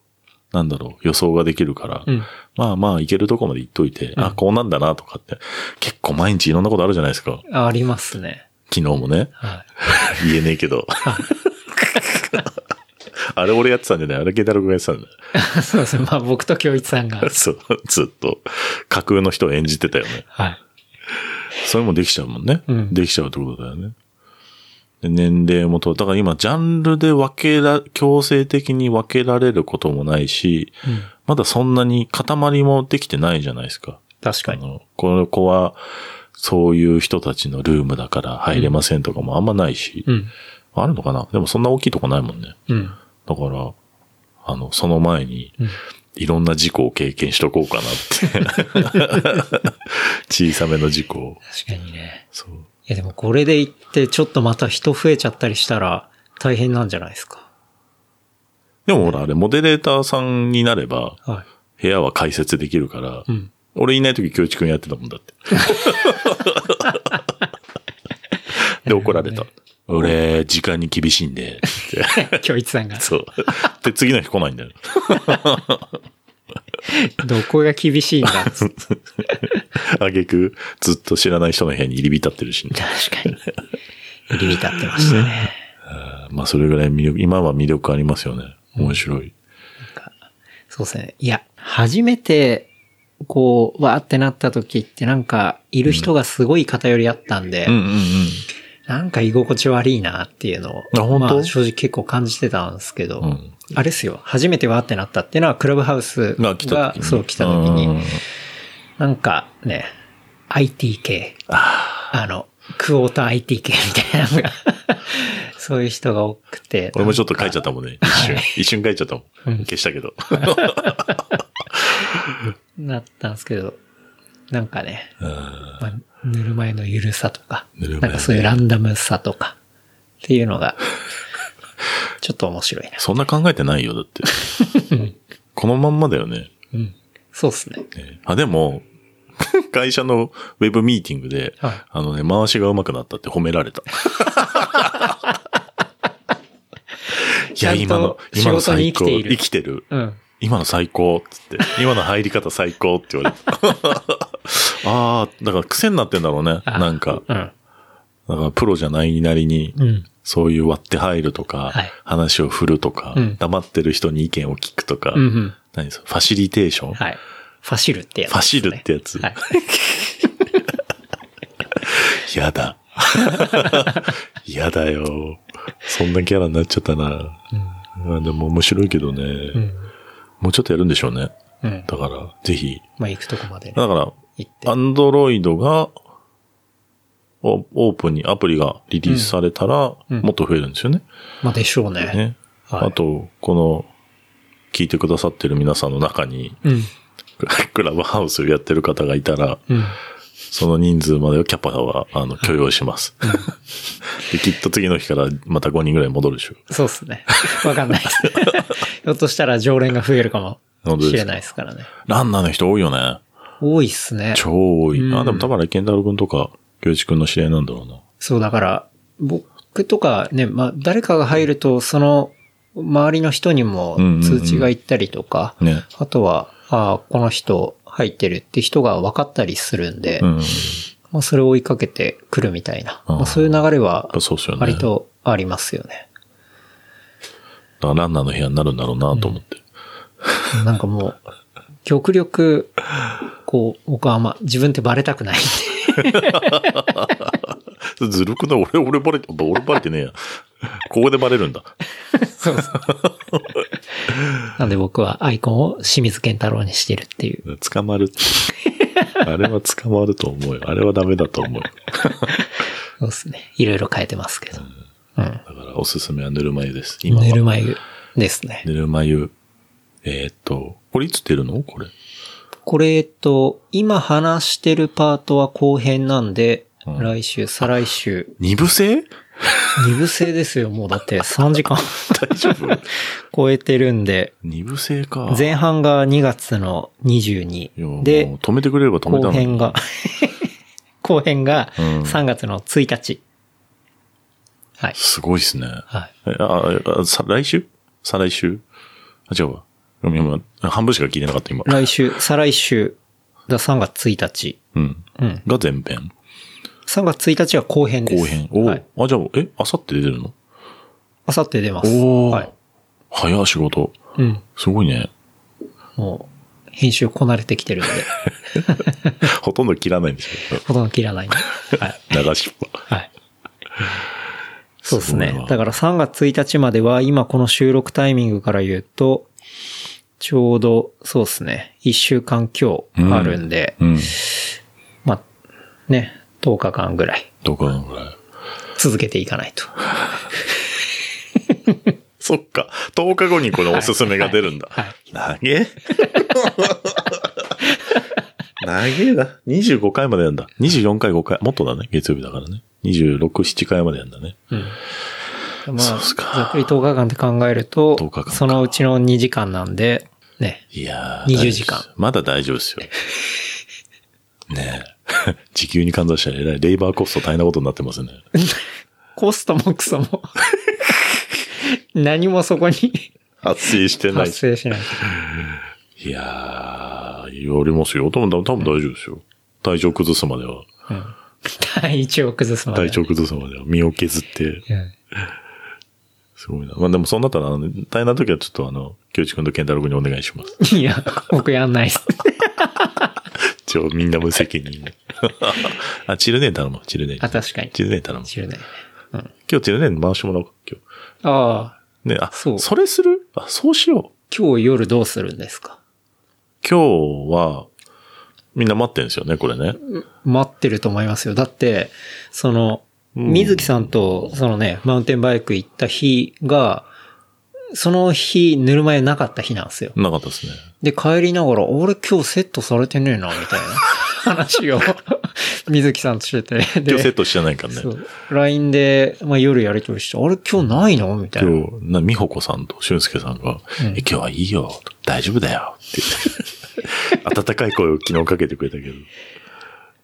なんだろう、予想ができるから、うん。まあまあ、いけるとこまで行っといて、んあ、こうなんだなとかって、結構毎日いろんなことあるじゃないですか。ありますね。、昨日もねはい。 言えねえけど。あれ俺やってたんじゃないあれケタログがやってたんだよ。 そうですね。まあ僕と京一さんが。そう、ずっと、架空の人を演じてたよね。はい。それもできちゃうもんね。うんできちゃうってことだよね。で年齢もと、だから今、ジャンルで分けら、強制的に分けられることもないし、うんまだそんなに塊もできてないじゃないですか。確かあに。の、この子は、そういう人たちのルームだから入れませんとかもあんまないし、うん。あるのかなでもそんな大きいとこないもんね。うん。だから、あの、その前に、うんいろんな事故を経験しとこうかなって。 小さめの事故を。確かにね。そう。いやでもこれで行ってちょっとまた人増えちゃったりしたら大変なんじゃないですか。でもほら、あれ、モデレーターさんになれば、は部屋は解説できるから、い。 うん。俺いない時、京一くんやってたもん だって。で、怒られた。俺、時間に厳しいんで、って。京一さんが。そう。で、次の日来ないんだよ。どこが厳しいんだっつってあげく、ずっと知らない人の部屋に入り浸ってるし、確かに。入り浸ってましたね。まあ、それぐらい魅力、今は魅力ありますよね。面白い。 そうですね。いや、初めて、こう、わーってなった時ってなんか、いる人がすごい偏りあったんで、うんうんうん。なんか居心地悪いなっていうのを、あ本当まあ正直結構感じてたんですけど、うんあれですよ、初めてわーってなったっていうのは、クラブハウスが、が来た時に。そう来た時うにん、なんかね、IT 系、あの、クォーター IT 系みたいなのが、 そういう人が多くて、俺もちょっと書いちゃったもんね。一 瞬。一瞬書いちゃったもん。消したけど。 なったんですけど、なんかね、うんまあ、ぬるま湯のゆるさとか、ぬるなま湯ねんかそういうランダムさとか、っていうのが、ちょっと面白いな。そんな考えてないよ、だって。このまんまだよね。うん。そうっすね。ねあ、でも、 会社のウェブミーティングで、はいあのね、回しが上手くなったって褒められた。いや、ちゃんと今の、今の仕事に生最き高。ている生きてる。うん。今の最高っつって。今の入り方最高って 言われた。ああ、だから癖になってんだろうね。あなんか。うん。だからプロじゃないなりに、うん。そういう割って入るとか、はい話を振るとか、うん黙ってる人に意見を聞くとか、うんうん。何それファシリテーション、はい。ファシルってやつ、ファシルってやつはい。 やだ。嫌だよ。そんなキャラになっちゃったな。まあでも面白いけどね、うん。もうちょっとやるんでしょうね。うん。だから、ぜひ。まあ、行くとこまでねだから、行ってア。ンドロイドが、おオープンにアプリがリリースされたら、うんもっと増えるんですよね。まあ、でしょうね。ねはいあと、この、聞いてくださってる皆さんの中に、うん。クラブハウスをやってる方がいたら、うん。その人数までをキャパは、あの、許容します。 で、きっと次の日からまた5人ぐらい戻るでしょう。そうっすね。わかんないです。ひょっとしたら常連が増えるか本も当ですしかれないですからね。ランナーの人多いよね。多いっすね。超多い。うあ、んでも、田原健太郎くんとか、京一くんの知り合いなんだろうな。そう、だから、僕とかね、まあ、誰かが入ると、その、周りの人にも通知が行ったりとか、ね。あとは、ああ、この人入ってるって人が分かったりするんで、うん。やっまあ、それを追いかけてくるみたいな、あーまあ、そういう流れはぱ、そうっすよね。割とありますよね。 だからランナーの部屋になるんだろうなと思って。なんかもう、極力、こう、僕はあんま、自分ってバレたくないんで。ずるくない 俺、俺バレて、俺バレてねえや。ここでバレるんだ。そうそう。 なんで僕はアイコンを清水健太郎にしてるっていう。捕まる。 あれは捕まると思うよ。あれはダメだと思うよ。そうですね。いろいろ変えてますけど。うん。だから、おすすめはぬるま湯です。今は。ぬるま湯ですね。ぬるま湯。えーっと、これいつ出るのこれ。これ、えっと、今話してるパートは後編なんで、うん来週、再来週、二部制二部制ですよ。もうだって3時間大丈夫 超えてるんで、二部制か。前半が2月のいやも22うで、止めてくれれば止めたの後に編が、 後編がうん3月の1日。はい。すごいですね。はい。えあ、あさ来週再来週あ、違うわ。ごめん今半分しか聞いてなかった、今。来週、再来週が3月1日。うん。うん。が前編。 3月1日は後編です。後編。おーはい。あ、じゃあ、え、あさって出てるのあさって出ます。おーはい。早い仕事。うん。すごいね。もう、編集こなれてきてるんで、 ほとんど切らないんですよ。ほとんど切らないんで。はい。流しっぱ。はい。そうですすごいねわ。だから3月1日までは、今この収録タイミングから言うと、ちょうど、そうですね。1週間今日あるんで、うん。まあ、ね、10日間ぐらいどこぐらい。続けていかないと。そっか。10日後にこのおすすめが出るんだ。投げ投げだ。25回までやんだ。24回5回。もっとだね。月曜日だからね。26、7回までやんだね。うん。まそうあっす、かざっくり10日間って考えると10日間か、そのうちの2時間なんで、ね。いやー。 20大丈夫です時間。まだ大丈夫ですよ。ねえ。 時給に換算したらえらい。レイバーコスト大変なことになってますね。コストもクソも。 何もそこに発生してない発。生しない。いやー、言われますよ。多分、多分大丈夫ですよ。体調崩すまでは。うん体調を崩すまで。体調崩すまでは。身を削って。うん。すごいな。まあでもそうなったら、あの大変な時はちょっとあの、京一くんと健太郎くんにお願いします。 いや、僕やんないっす。一応みんな無責任。 あ、チルネー頼む、チルネー。あ、確かに。チルネー頼む。知らない。うん。今日チルネー回してもらおうか、今ああ、日。ね、あ、そそうれするあ、そうしよう。今日夜どうするんですか今日は、みんな待ってるんですよね、これね。待ってると思いますよ。だって、その、うん水木さんと、そのね、マウンテンバイク行った日が、その日、ぬるま湯なかった日なんですよ。なかったですね。で、帰りながら、俺今日セットされてねえな、みたいな 話を、水木さんとしてて。で今日セットしてないからねそ。う。LINE で、まあ、夜やりとりして、あれ今日ないのみたいな。今日、な、美穂子さんと俊介さんが、うんえ今日はいいよ、大丈夫だよ、って言って。温かい声を昨日かけてくれたけど。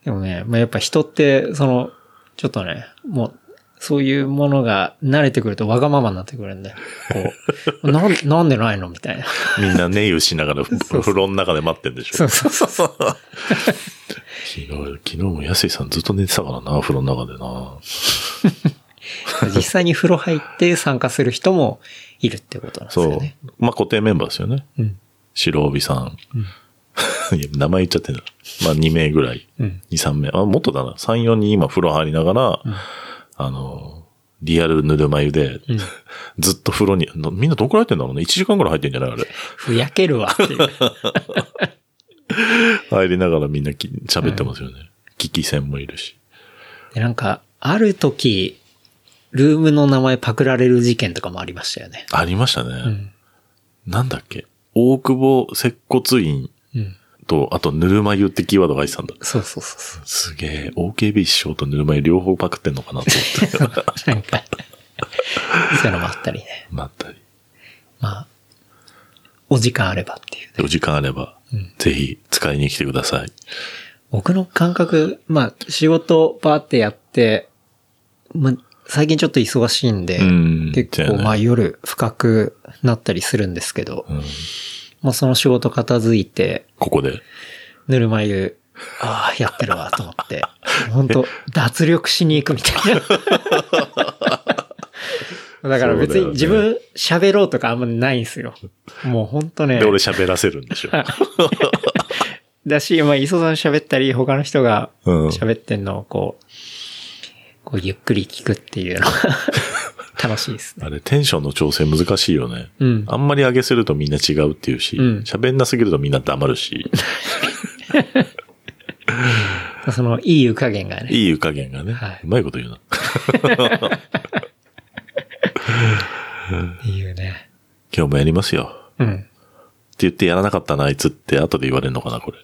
でもね、まあ、やっぱ人って、その、ちょっとね、もう、そういうものが慣れてくるとわがままになってくるんで、こう、 なん、なんでないのみたいな。みんなネイルしながら、風呂の中で待ってんでし そょ。うそうそうそう。昨日、昨日も安井さんずっと寝てたからな、風呂の中でな。実際に風呂入って参加する人もいるってことなんですそうよね。。まあ、固定メンバーですよね。うん。 白帯さん。いや名前言っちゃってんだ。まあ2名ぐらい。うん。 2、3名。あ、もっとだな。3、4人今風呂入りながら、あの、リアルぬるま湯で、 ずっと風呂に、なみんなどんくらい入ってんだろうね。1時間ぐらい入ってんじゃないあれ。ふやけるわっていう。入りながらみんなき喋ってますよね。危機戦もいるし。でなんか、ある時、ルームの名前パクられる事件とかもありましたよね。ありましたね。うん。なんだっけ。大久保接骨院うん。と、あとぬるま湯ってキーワードが入ってたんだ。そうそうそうそう。すげえ、OKB 師匠とぬるま湯両方パクってんのかなと思 って。なんか、そういうのもあったりね。なったり。まあ、お時間あればっていう。お時間あれば、ぜひ使いに来てください。僕の感覚、まあ、仕事バーってやって、まあ、最近ちょっと忙しいんで、うん結だよ構、ねまあ夜深くなったりするんですけど、うんまあその仕事片付いて、ここで。ぬるま湯、ああ、やってるわ、と思っ て。本当脱力しに行くみたいな。だから別に自分喋ろうとかあんまないんですよ。もう本当ねで、。俺喋らせるんでしょ。 だし、まあ、磯さん喋ったり、他の人がうん喋ってんのをこう、こうゆっくり聞くっていうのが 楽しいですね。あれ、テンションの調整難しいよね。うんあんまり上げするとみんな違うっていうしうん、喋、んなすぎるとみんな黙る し、その、いい湯加減がね。いい湯加減がね、はいうまいこと言うな。っていうね。今日もやりますよ。うん。って言ってやらなかったな、あいつって後で言われるのかな、これ。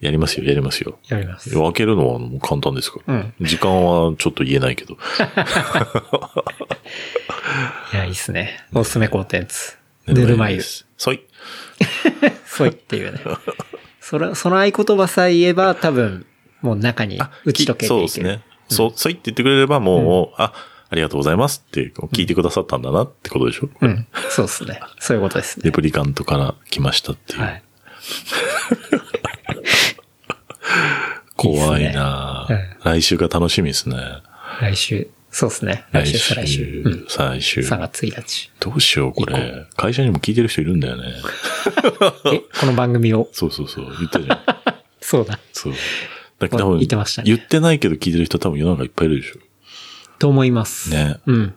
やりますよ、やりますよ。やります。分けるのはもう簡単ですから。うん時間はちょっと言えないけど。いや、いいっすね。おすすめコンテンツ。ぬぬるま湯。そい。そういっていうね。それ、その合言葉さえ言えば、多分、もう中に打ち解けていける。そうですね。そう、そいって言ってくれればもう、あ、ありがとうございますって聞いてくださったんだなってことでしょ、うん。そうですね。そういうことですレね。プリカントから来ましたっていう。はい。怖いなぁいいっすね来週が楽しみですね。来週、そうですね。来週、再来週。うん。最終。 3月1日。どうしよう、これ。会社にも聞いてる人いるんだよね。え、この番組を。そうそうそう。言った じゃん。そうだ。そう。だけど多分言ってましたね言ってないけど聞いてる人多分世の中いっぱいいるでしょ。と思います。ねうん。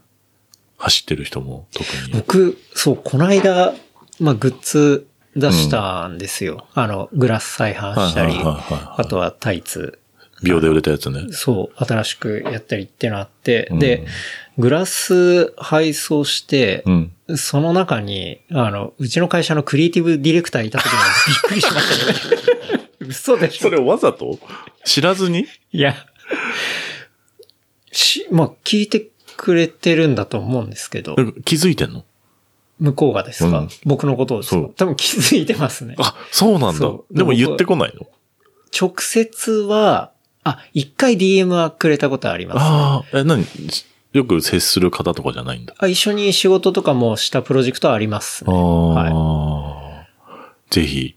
走ってる人も特に。僕、そう、この間、まあ、グッズ出したんですよ。あの、グラス再販したり、はいはいはいはいあとはタイツ、秒で売れたやつね。そう、新しくやったりってのあって、うんで、グラス配送して、うん。その中に、あの、うちの会社のクリエイティブディレクターいた時に びっくりしましたね。嘘でしょそれわざと知らずにいや、し、まあ、聞いてくれてるんだと思うんですけど、なんか気づいてんの向こうがですか、うん僕のことをですかそう多分気づいてます ね。あ、そうなんだそ。うでも言ってこないの直接は、あ、一回 DM はくれたことあります。ああ、え、何よく接する方とかじゃないんだ。あ一緒に仕事とかもしたプロジェクトはありますあね、あ、はぜひ。い。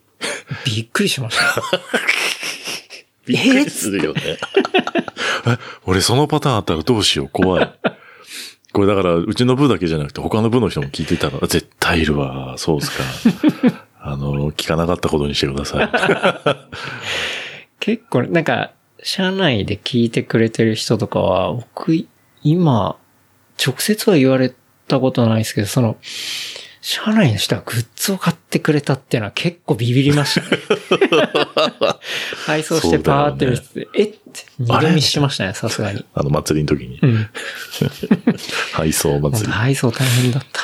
びっくりしました。 びっくりするよ ね。え俺そのパターンあったらどうしよう、怖い。これだから、うちの部だけじゃなくて他の部の人も聞いてたら、絶対いるわ、そうっすか。 あの、聞かなかったことにしてくだ さい。結構、なんか、社内で聞いてくれてる人とかは、僕、今、直接は言われたことないですけど、その、社内の人はグッズを買ってくれたっていうのは結構ビビりましたね。配送してパーって見せて、えって、二度見しましたね、さすがに。あの、祭りの時にう。ん。配送本祭当り。配送大変だった。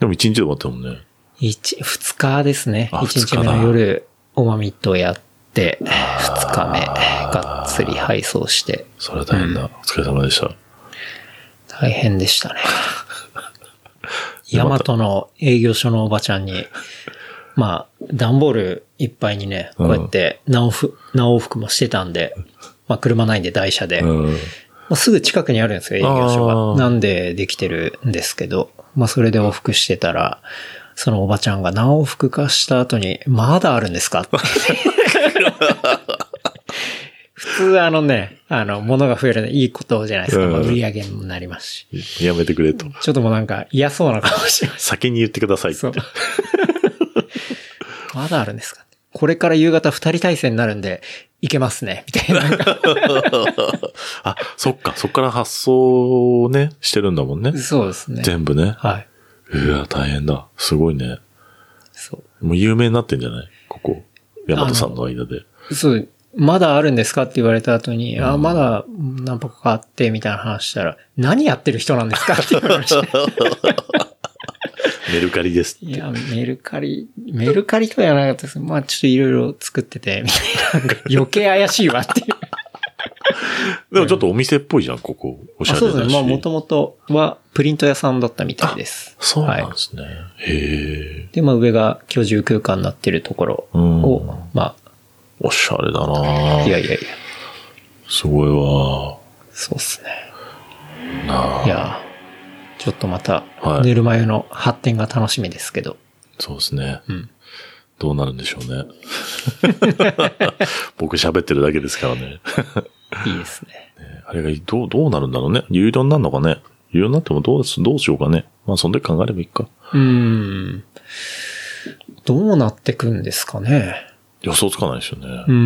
でも一日で終わったもんね。一、二日ですね。あ一日目二日だの夜、おまみとやって、二日目、がっつり配送して、それは大変だ。お疲れ様でした。大変で したね。ヤマトの営業所のおばちゃんに、まあ、段ボールいっぱいにね、こうやって何往復、何往復もしてたんで、まあ、車ないんで台車で、もうん。うすぐ近くにあるんですよ、営業所あーが。なんでできてるんですけど、まあ、それで往復してたら、そのおばちゃんが何往復かした後に、まだあるんですか って。普通あのね、あの、物が増えるのいいことじゃないですか。まあうん売り上げにもなりますし。やめてくれと。ちょっともうなんか嫌 そうな顔してまし先に言ってくださいた。ってそう。まだあるんですかこれから夕方二人体制になるんで、いけますね、みたいな。 なんかあ、そっか、そっから発想をね、してるんだもんね。そうですね。全部ね。はい。うわ、大変だ。すごいね。そう。もう有名になってんじゃないここ。大和さんの間 で。そう、まだあるんですかって言われた後に、あ、まだ何箱かあって、みたいな話したら、何やってる人なんです かって言われました。メルカリです。いや、メルカリ、メルカリとかじゃなかったです。まあ、ちょっといろいろ作ってて、みたいな。なんか 余計怪しいわっていう。でもちょっとお店っぽいじゃん、ここ。おしあゃれそだうし。ですね。まあ、もともとはプリント屋さんだったみたいです。そうなはんいで。すね。へえ。で、まあ、上が居住空間になってるところうをん、まおしゃれだあ、ないやいやいや、すごいわそうっすね。ないあや、ちょっとまたは、い寝る前の発展が楽しみですけど。そうですね。うん。どうなるんでしょうね。 僕喋ってるだけですからね。いいですね。あれがどう、どうなるんだろうね。有料になるのかね。有料になってもどうす、どうしようかね。まあ、そんで考えればいいか。うーん。どうなってくんですかね。予想つかないですよねう。ん。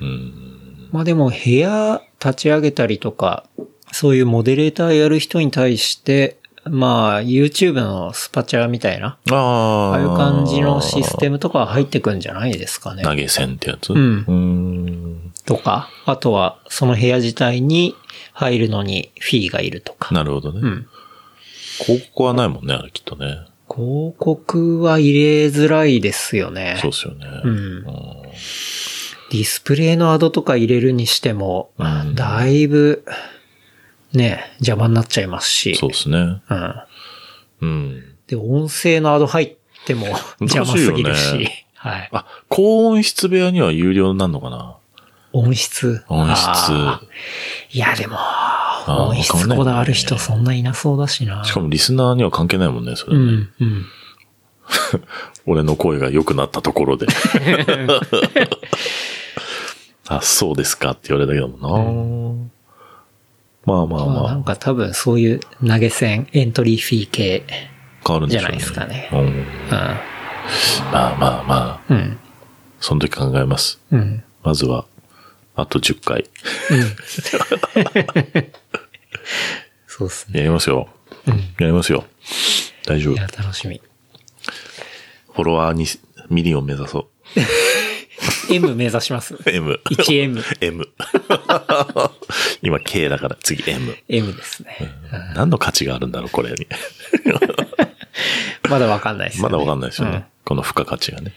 うん。まあでも部屋立ち上げたりとか、そういうモデレーターやる人に対して、まあ YouTube のスパチャみたいな、ああ。ああいう感じのシステム。ムとかは入ってくんじゃないですかね。投げ銭ってやつ。うんんとか、あとはその部屋自体に入るのにフィーがいるとか。なるほどね。うん。広告はないもんね、あれきっとね。広告は入れづらいですよね。そうですよね。うんディスプレイのアドとか入れるにしても、うんだいぶ、ね、邪魔になっちゃいますし。そうですね。うん。うん。で、音声のアド入って も邪魔すぎるし。難しいよはい。あ、高音質部屋には有料になるのかな音質。音質あーいや、でも、音わか質んないこだわる人そんないなそうだしな。しかもリスナーには関係ないもんね、それうね、ん、うん。俺の声が良くなったとこ ろで。あ、そうですかって言われたけどもな、まあままああ、まなあん、か多分そういう投げ銭、エントリーフィー系。変わるんでしょうね。じゃないですかうん。まあまあまうあ、ん、うん、その時考えます。うん。まずは、あと10回。そうっすね。やりますよ。うん。やりますよ。大丈夫いや、。楽しみ。フォロワーにミリオン目指そう。 M 目指します。 M。 1M。 M。今 K だから次 M。 M ですね。何の価値があるんだろう、これに。まだわかんないですよまね。だわかんないですようんね。この付加価値がね。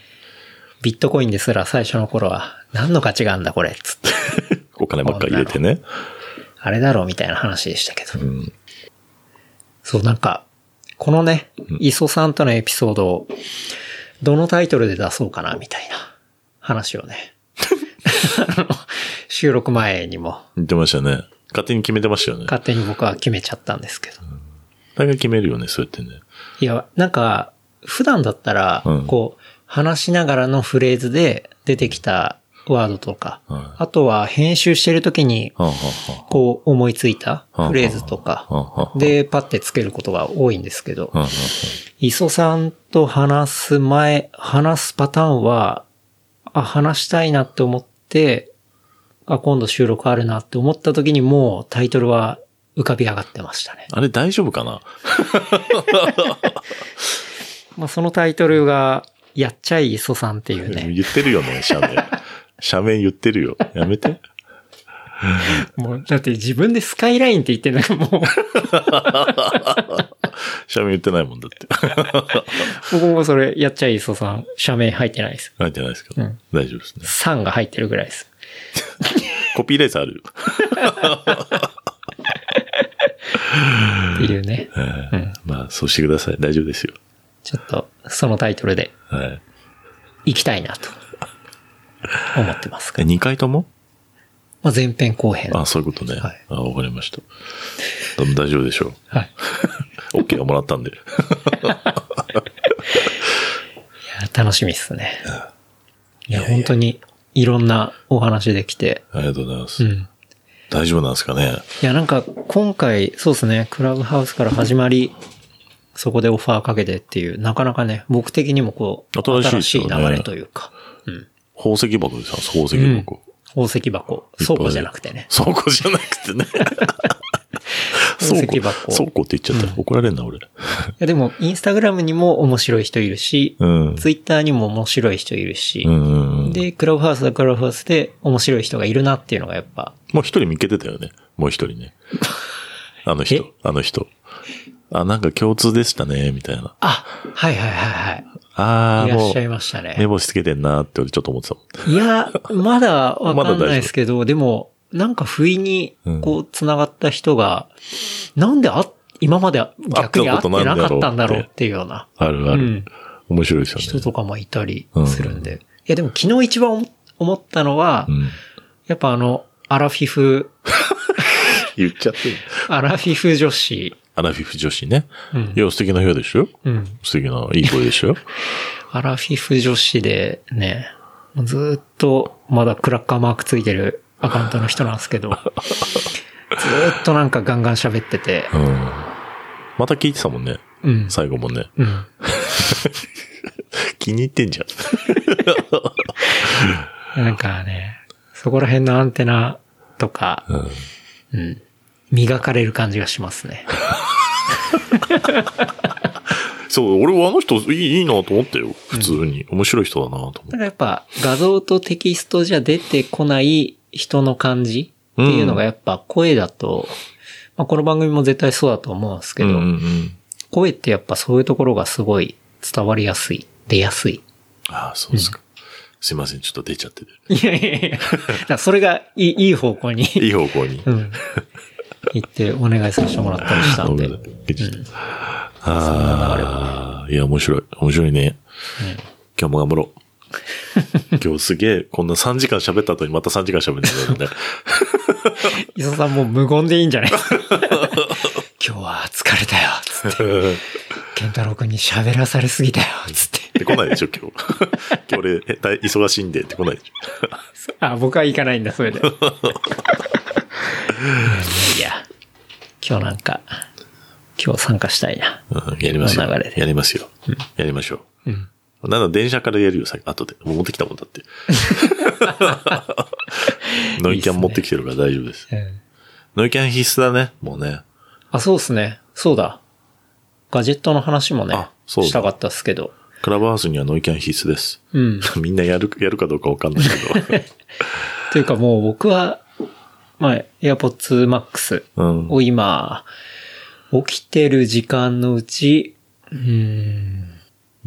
ビットコインですら最初の頃は、何の価値があるんだこれ、つって。お金ばっかり入れてね。あれだろうみたいな話でしたけど。うん。そう、なんか、このね、磯さんとのエピソードを、どのタイトルで出そうかな、みたいな話をね。 あの収録前にも、言ってましたね。勝手に決めてましたよね。勝手に僕は決めちゃったんですけど。大概決めるよね、そうやってね。いや、なんか、普段だったらうん、こう、話しながらのフレーズで出てきたワードとか、はいあとは編集してる時に、はあはこう思いついたフレーズとあはか、あはあはあで、パッてつけることが多いんですけど、はあはあ磯さんと話す前、話すパターンは、あ、話したいなって思って、あ、今度収録あるなって思った時にもうタイトルは浮かび上がってましたね。あれ大丈夫かなまあそのタイトルが、やっちゃい磯さんっていうね、言ってるよね、社名。社名言ってるよ。やめて。もうだって自分でスカイラインって言ってなんか もう、社名言ってないもんだって。僕もそれ、やっちゃい磯さん、社名入ってないです。書いてないですけど。うん大丈夫ですね。さんが入ってるぐらいです。コピーレースある。っていうね。はいまあ、そうしてください。大丈夫ですよ。ちょっと、そのタイトルではい。行きたいなと、思ってますえ、が。 2回ともまあ、前編後編。あ、そういうことね。はいあ、わかりました。多分大丈夫でしょはい。う。OK がもらったん で。いや、楽しみっすね。いや、本当に、いろんなお話できて。ありがとうございます。うん。大丈夫なんですかね。いや、なんか、今回、そうですね、クラブハウスから始まり、そこでオファーかけてっていう、なかなかね、僕的にもこう、新しいですよ新ね流れというか。うん。宝石箱でさ、宝石箱。宝石箱。いっぱい倉庫じゃなくてね。倉庫じゃなく てね。宝倉石庫箱。倉庫って言っちゃったら、怒られんな、俺。いやでも、インスタグラムにも面白い人いるし、うん。ツイッターにも面白い人いるしう、んうんうん。で、クラブハウスはクラブハウスで面白い人がいるなっていうのがやっぱ、もう一人見っけてたよね。もう一 人ね。あの人え、あの人。あ、なんか共通でしたね、みたいな。あ、はいはいはいあはい。いらー、っも、しゃいうました目ね。星つけてんなって俺ちょっと思ってたもん。いや、まだわかんまだ大丈な夫いですけど、でも、なんか不意にうん、こう、繋がった人が、なんであ、今まで逆に会会っったてことないんだなろうかったんだろうっていうような、あるうある。ん、面白いですよ人ね。とかもいたりするんで。いや、でも昨日一番思思ったのはう、ん。やっぱあの、アラフィフ、言っちゃってる。アラフィフ女子。アラフィフ女子ね。うんいや、素敵な部屋でしょうん。素敵な、いい声でしょアラフィフ女子でね、ずーっとまだクラッカーマークついてるアカウントの人なんですけど、ずーっとなんかガンガン喋ってて、うん。また聞いてたもんね。うん。最後もね。うん。 気に入ってんじゃん。なんかね、そこら辺のアンテナとか、ううんん。磨かれる感じがしますね。そう、俺はあの人いいいいなと思ったよ。普通に。面白い人だなとだ思っからやっぱ画像とテキストじゃ出てこない人の感じっていうのがやっぱ声だと、まあこの番組も絶対そうだと思うんですて。けど、ん。声ってやっぱそういうところがすごい伝わりやすい、出やすい。ああ、そうですか。すいません、ちょっと出ちゃってて。いやいやいや、だからそれがいいいい方向に、いい方向に。 うん、行ってお願いさせてもらったりしたんで。ごめんなさいちょっとああ、いや、面白い。面白いね。今日も頑張ろ う。今日すげえ、こんな3時間喋った後にまた3時間喋ってたよね。磯さんもう無言でいいんじゃない 今日は疲れたよ、つって。 健太郎くんに喋らされすぎたよ、つって。で来ないでしょ、今日。今日俺、え大忙しいんでって来ないでしあ、僕は行かないんだ、それ で。いやいやいや、今日なんか、今日参加したいな。ょ。うんやりますよ。この流れでやりますよ。やりましょう。うんなんだ、電車からやるよ、さ後で。もう持ってきたもんだ って。ノイキャン持ってきてるから大丈夫です。うんノイキャン必須だね、もうね。あ、そうですね。そうだ。ガジェットの話もねあ、そうだしたかったっすけど。クラブハウスにはノイキャン必須です。うん。みんなやる、やるかどうかわかんないけというかもう僕は、まあ、AirPods Max ど。うん。を今、起きてる時間のうち、うーん、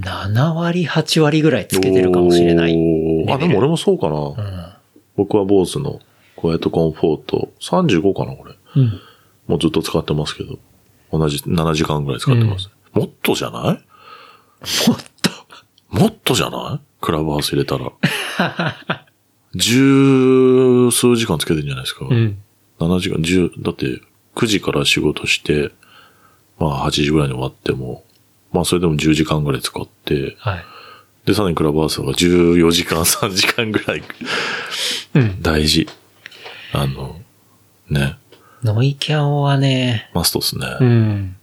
7割、8割ぐらいつけてるかもしれない。おーレあ、ベルでも俺もそうかな。僕は坊主のクワイエットコンフォート35かな、これ。うん。もうずっと使ってますけど。同じ7時間ぐらい使ってます。もっとじゃないもっと。もっとじゃないクラブハウス入れたら。 十数時間つけてんじゃないですか。うん。 7時間、十、だって9時から仕事して、まあ8時ぐらいに終わっても、まあそれでも10時間ぐらい使って、はい。で、さらにクラブハウスは14時間、3時 間ぐらい。うん。大事。あの、ね、ノイキャンはね、マストっすね。うん。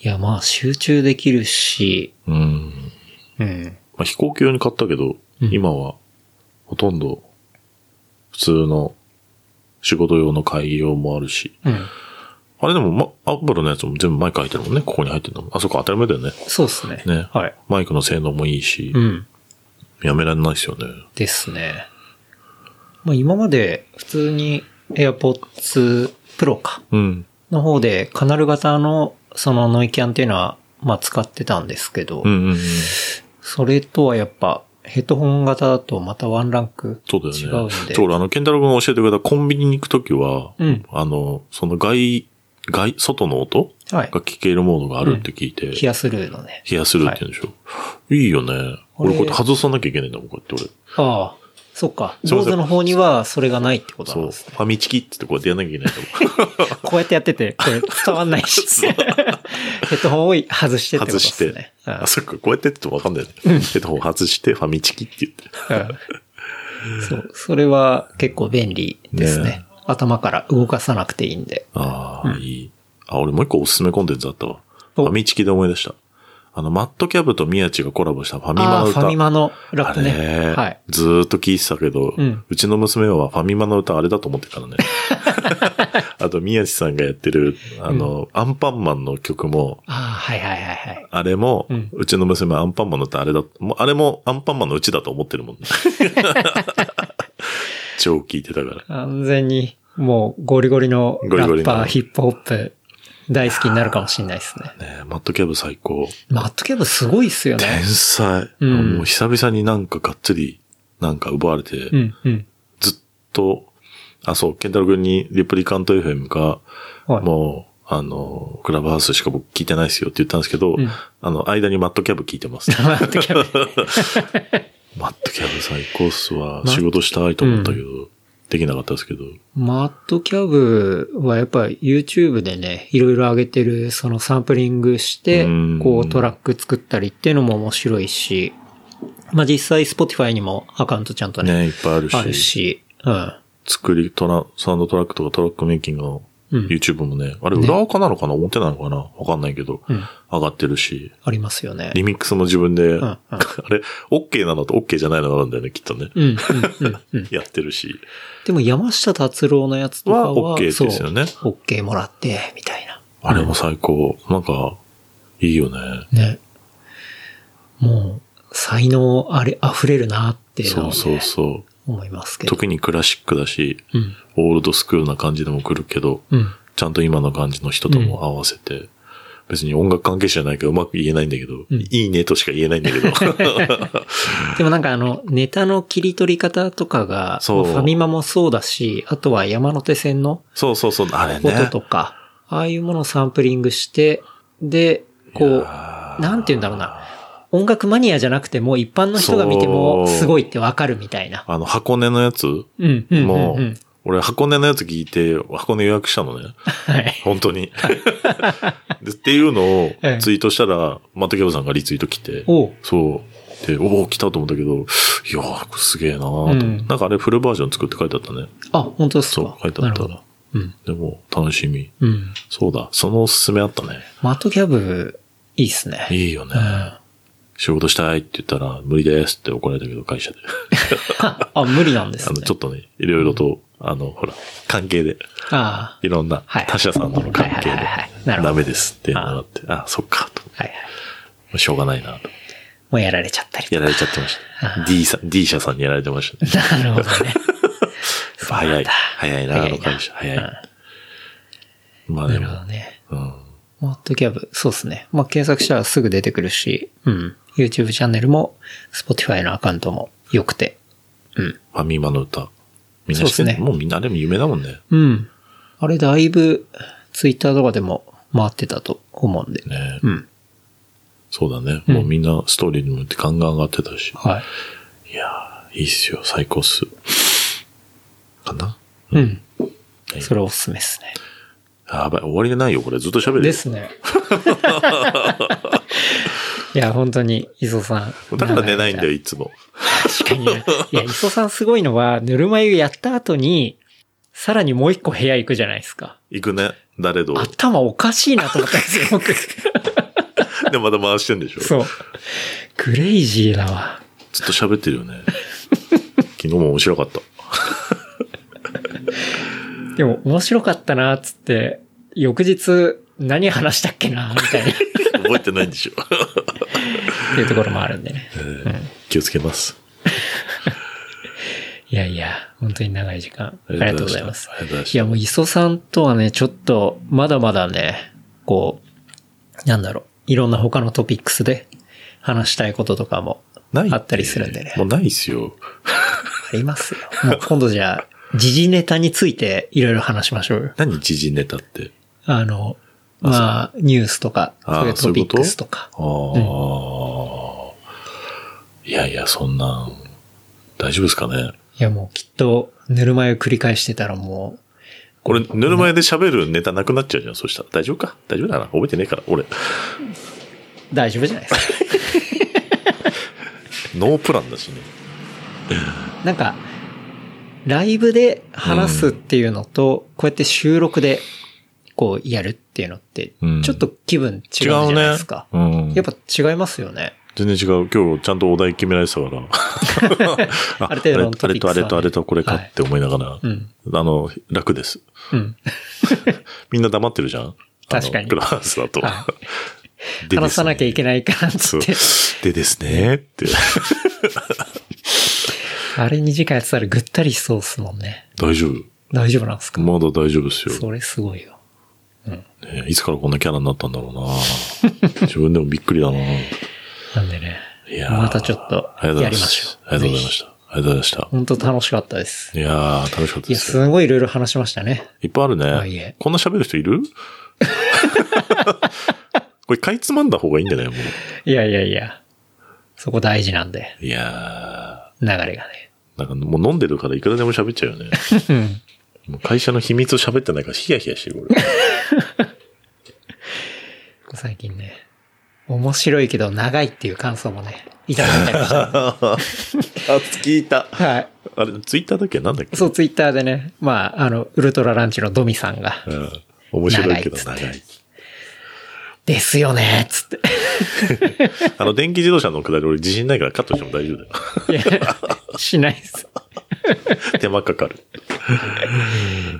いや、まあ、集中できるし、うん。うん。まあ、飛行機用に買ったけど、うん今は、ほとんど、普通の仕事用の会議用もあるし。うん。あれでも、ま、アップルのやつも全部マイク入ってるもんね。ここに入ってるんだもん。あ、そこ当たり前だよね。そうですね。ねはい。マイクの性能もいいし、うん。やめられないですよね。ですね。まあ、今まで普通に AirPods Pro か。うん。の方でカナル型のそのノイキャンっていうのは、まあ使ってたんですけど、うんうんうん。それとはやっぱヘッドホン型だとまたワンランク違そううだんで。よね。そう、俺あの、ケンタロウ君が教えてくれたコンビニに行くときは、うんあの、その外、外、外の音はいが。聞けるモードがあるって聞いて、冷やするのね。冷やするって言うんでしょ。い、いよね。俺こうやって外さなきゃいけないんだもん、こうやってああ、そっか。すいま坊せん主の方にはそれがないってことな俺。そんう。ですね。ファミチキってこうやってやんなきゃいけないんだもん。こうやってやってて、これ伝わんない し。 ヘッドホンを外してってことで外しすてね。。うんあ、そっか、こうやってって言うとわかんないね。ヘッドホン外して、ファミチキって言っうて。ん そう、それは結構便利ですね。ね頭から動かさなくていいんで。ああ、いい。あ、俺もう一個おすすめコンテンツあったわ。フおァミチキで思い出した。あの、マットキャブと宮地がコラボしたファミマあーのフ歌。ァミマのラップあね。れ、はい。ずーっと聞いてたけど、ううんちの娘はファミマの歌あれだと思ってたから ね。 あと、宮地さんがやってる、あの、アンパンマンの曲も、ああ、はいはいはいはい。あれも、ううんちの娘はアンパンマンの歌あれだ、もうあれもアンパンマンのうちだと思って るもんね。 超聞いてたから。完全に、もうゴリゴリのゴリラゴッリのパー、ヒップホップ、大好きになるかもしれないですね。ねえマットキャブ最高。マットキャブすごいっすよ天ね。才。うんもう久々になんかがっつり、なんか奪われて、うん、うん。ずっと、あ、そう、ケンタロウ君にリプリカント FM が、はいもう、あの、クラブハウスしか僕聞いてないですよって言ったんですけど、うんあの、間にマットキャブ聞いてます。 マットキャブ。 マットキャブ最高っすわ。マッ仕事したいと思ったけど、できなかったですけど。マットキャブはやっぱり YouTube でね、いろいろ上げてる、そのサンプリングしてうん、こうトラック作ったりっていうのも面白いし、まあ実際 Spotify にもアカウントちゃんとね、ねいっぱいあるし、あるし、うん。作り、トラ、サウンドトラックとかトラックメイキングのうん YouTube もね、あれ裏垢なのかな表なのかなわかんないけど、うん上がってるし、ありますよね。リミックスも自分で、んうん あれ、OK なのと OK じゃないのなんだよね、きっとね。うん、うん、うん、うん。やってるし。でも山下達郎のやつとかは、は OK ですよねそう OK もらって、みたいな。あれも最高。なんか、いいよね。ね。もう、才能あれ、溢れるなっていうのそをうねそうそう。思いますけど。特にクラシックだし、うん。オールドスクールな感じでも来るけど、うん。ちゃんと今の感じの人とも合わせて、別に音楽関係者じゃないからうまく言えないんだけど、うんいいねとしか言えないんだ けど。でもなんかあの、ネタの切り取り方とかが、そうまあファミマもそうだし、あとは山手線のそうそうそう、あれね。音とか、ああいうものをサンプリングして、で、こう、なんて言うんだろうな。音楽マニアじゃなくても、一般の人が見ても、そうすごいってわかるみたいな。あの、箱根のやつうん、うん、もう、うんうん。俺箱根のやつ聞いて、箱根予約したのね。はい。本当に。でっていうのをええツイートしたら、マットキャブさんがリツイート来て、おうそう。で、おお、来たと思ったけど、いやー、これすげえなーと思って、うんなんかあれフルバージョン作って書いてあったね。あ、本当ですかそう、書いてあっなるたほど。うん。でも、楽しみ。うん。そうだ、そのおすすめあったね。マットキャブ、いいっすね。いいよね。うん。あ、仕事したいって言ったら、無理ですって怒られたけど、会社で。無理なんですあねの、。ちょっとね、いろいろと、あの、ほら、関係で、ああ。いろんな、はい他社さんとの関はい係ではいはいはい、なるほどダメですってなって、あそっか、と。もはいはい。うしょうがないな、と。もうやられちゃったりとやか。られちゃってました。D さん、D 社さんにやられてましたね。 なるほどね。やっぱ早い。だ早いな、あ早いなの会社。早うんい。まあなでるほども、ね。うん。マットキャブ、そうですね。まあ、検索したらすぐ出てくるし、うん。YouTube チャンネルも、Spotify のアカウントも良くて。うん。ファミマの歌。みんな知ってそうっるすねもうみんな、でも有名だもんね。うん。あれだいぶ、Twitter とかでも回ってたと思うんで。ねうん。そうだね。うんもうみんなストーリーにもってガンガン上がってたし。はい。やー、いいっすよ。最高っす。かないうん。はいそれおすすめですね。やばい。終わりがないよ、これ。ずっと喋るよ。です ね。いや、本当に、磯 さん。だから寝ないんだよ、いつも。確かに ね。いや、磯さんすごいのは、ぬるま湯やった後に、さらにもう一個部屋行くじゃないですか。行くね。誰ど。頭おかしいなと思ったんですよ、 僕。 で、また回してんでしょ。そう。クレイジーだわ。ずっと喋ってる よね。昨日も面白かった。でも、面白かったな、つって、翌日、何話したっけな、みたい な、っ覚えてないんでしょ。ていうところもあるんでね。 気をつけます。いやいや、本当に長い時間、ありがとうございますあ。りがとうございまいしや、た。もう、磯さんとはね、ちょっと、まだまだね、こう、なんだろう、いろんな他のトピックスで話したいこととかもないあったりするんでね。もうないっすよ。あります よ。もう今度じゃあ、時事ネタについていろいろ話しましょうよ。何時事ネタって。あの、まあ、ニュースとか、そあういうトピックスとか。ああ、いやいや、そんなん、大丈夫ですかね。いや、もうきっと、ぬるま湯繰り返してたらもこれ、ぬるま湯で喋るネタなくなっちゃうじゃん、そしたら。大丈夫か大丈夫だな。覚えてねえから、俺。う、大丈夫じゃない ですか。ノープランだしね。なんか、ライブで話すっていうのと、こうやって収録で個やるっていうのってうん、ちょっと気分違うじ違ゃうないねですか。。うん。やっぱ違いますよね。全然違う。今日ちゃんとお題決められてた から。あある程度のトあピックれとスはねあれとあれとこれかって思いながら、うん。あの、楽です。うん。みんな黙ってるじゃんあの確かにクラスだと。は でですね話さなきゃいけないからっつそうって。でですねって。あれ2時間やってたらぐったりしそうっすもんね。大丈夫。大丈夫なんですかまだ大丈夫ですよ、それすごいよ。ねいつからこんなキャラになったんだろうな 自分でもびっくりだな。いなんでね。やーまたちょっとありがとうござやいまりますし。ょう。ありがとうございぜまひした。ありがとうございました。本当楽しかったです。いやー、楽しかったいでや、すよ。すごいいろいろ話しましたね。いっぱいあるあいねえ。こんな喋る人 いるこれ、かいつまんだ方がいいんじゃないもいやいやいや。そこ大事なんで、う。いや流れがね。ー、なんかもう飲んでるからいくらでも喋っちゃうよね。うんもう会社の秘密を喋ってないからヒヤヒヤしてる、俺。最近ね、面白いけど長いっていう感想もね、いただいた りして。あ、聞いた。はい。あれ、ツイッターだっけなんだっけそう、ツイッターでね、まあ、あの、ウルトラランチのドミさんが、うん。面白いけど長長いっいつってですよね、つって。あの、電気自動車のくだり俺自信ないからカットしても大丈 夫だいよ。やしないです。手間かかる。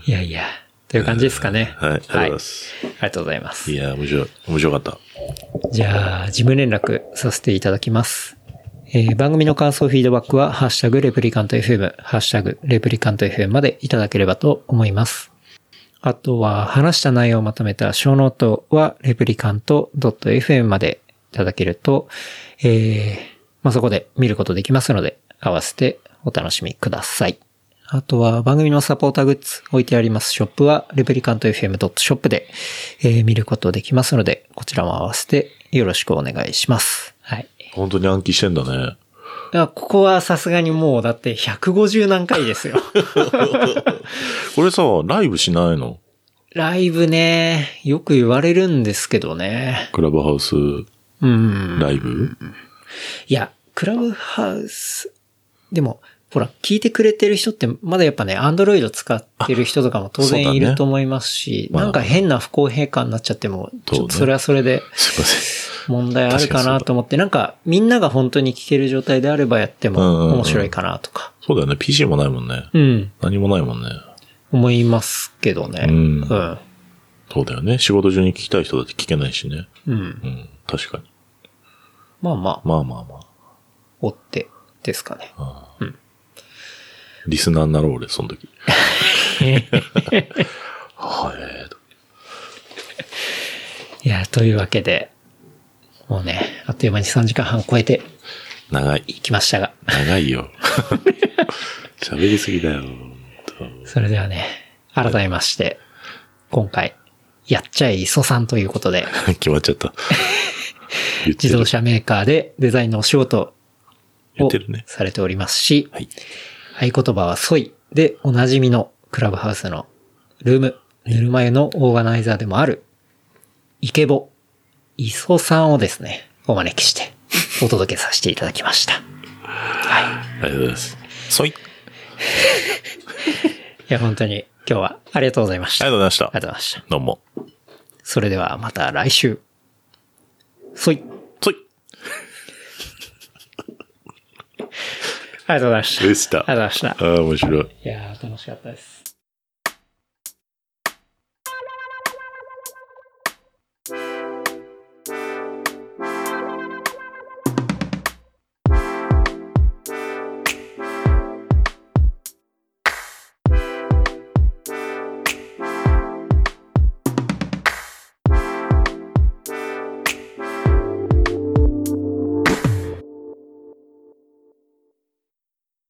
いやいや。という感じですかね。はい、ありがとうございまはす。いありがとうございますい、。やー、面白い。面白かった。じゃあ、事務連絡させていただきます。えー番組の感想、フィードバックは、ハッシュタグ、レプリカント FM、ハッシュタグ、レプリカント FM までいただければと思います。あとは、話した内容をまとめた小ノートは、レプリカント .fm までいただけると、えーまあ、そこで見ることできますので、合わせてお楽しみください。あとは番組のサポーターグッズ置いてありますショップは replicantfm.shop で、えー見ることできますので、こちらも合わせてよろしくお願いします。はい。本当に暗記してんだね。あここはさすがにもうだって150何回ですよ。これさ、ライブしないの ライブね、よく言われるんですけどね。クラブハウスうん。ライブ、いや、クラブハウス、でも、ほら、聞いてくれてる人って、まだやっぱね、アンドロイド使ってる人とかも当そうだ然ねいると思いますし、まあなんか変な不公平感になっちゃっても、ちょっとそうねそれはそれですいませ問題あるか確かにそうなだと思って、なんかみんなが本当に聞ける状態であればやってうんうんうもん面白いかなとか、ん。そうだよね。PC もないもんね。うん、何もないもんね。思いますけどね。うんうん。そうだよね。仕事中に聞きたい人だって聞けないしね。うんう。ん。確かに。まあまあ、まあまあま追ってですか ね。あ。うんリスナーになろう、俺、その時。はい。いや、というわけで、もうね、あっという間に3時間半超えて長い。いきましたが。長いよ。 喋りすぎだよ。 ほんとそれではね、改めまして、今回、やっちゃい磯さんということで、決まっちゃ った。言って自動る。車メーカーでデザインのお仕事言をってるね。されておりますし、はい。合言葉はソイでおなじみのクラブハウスのルーム、ぬるま湯のオーガナイザーでもある、イケボ、磯さんをですね、お招きして、お届けさせていただきました。はい。ありがとうございます。そい。いや、本当に今日はありがとうございました。ありがとうございましありがた。とうございました。どうも。それではまた来週。ソイ。そい。ありがとうございました。でしたありがとうございました。ああ、面白い。いやー、楽しかったです。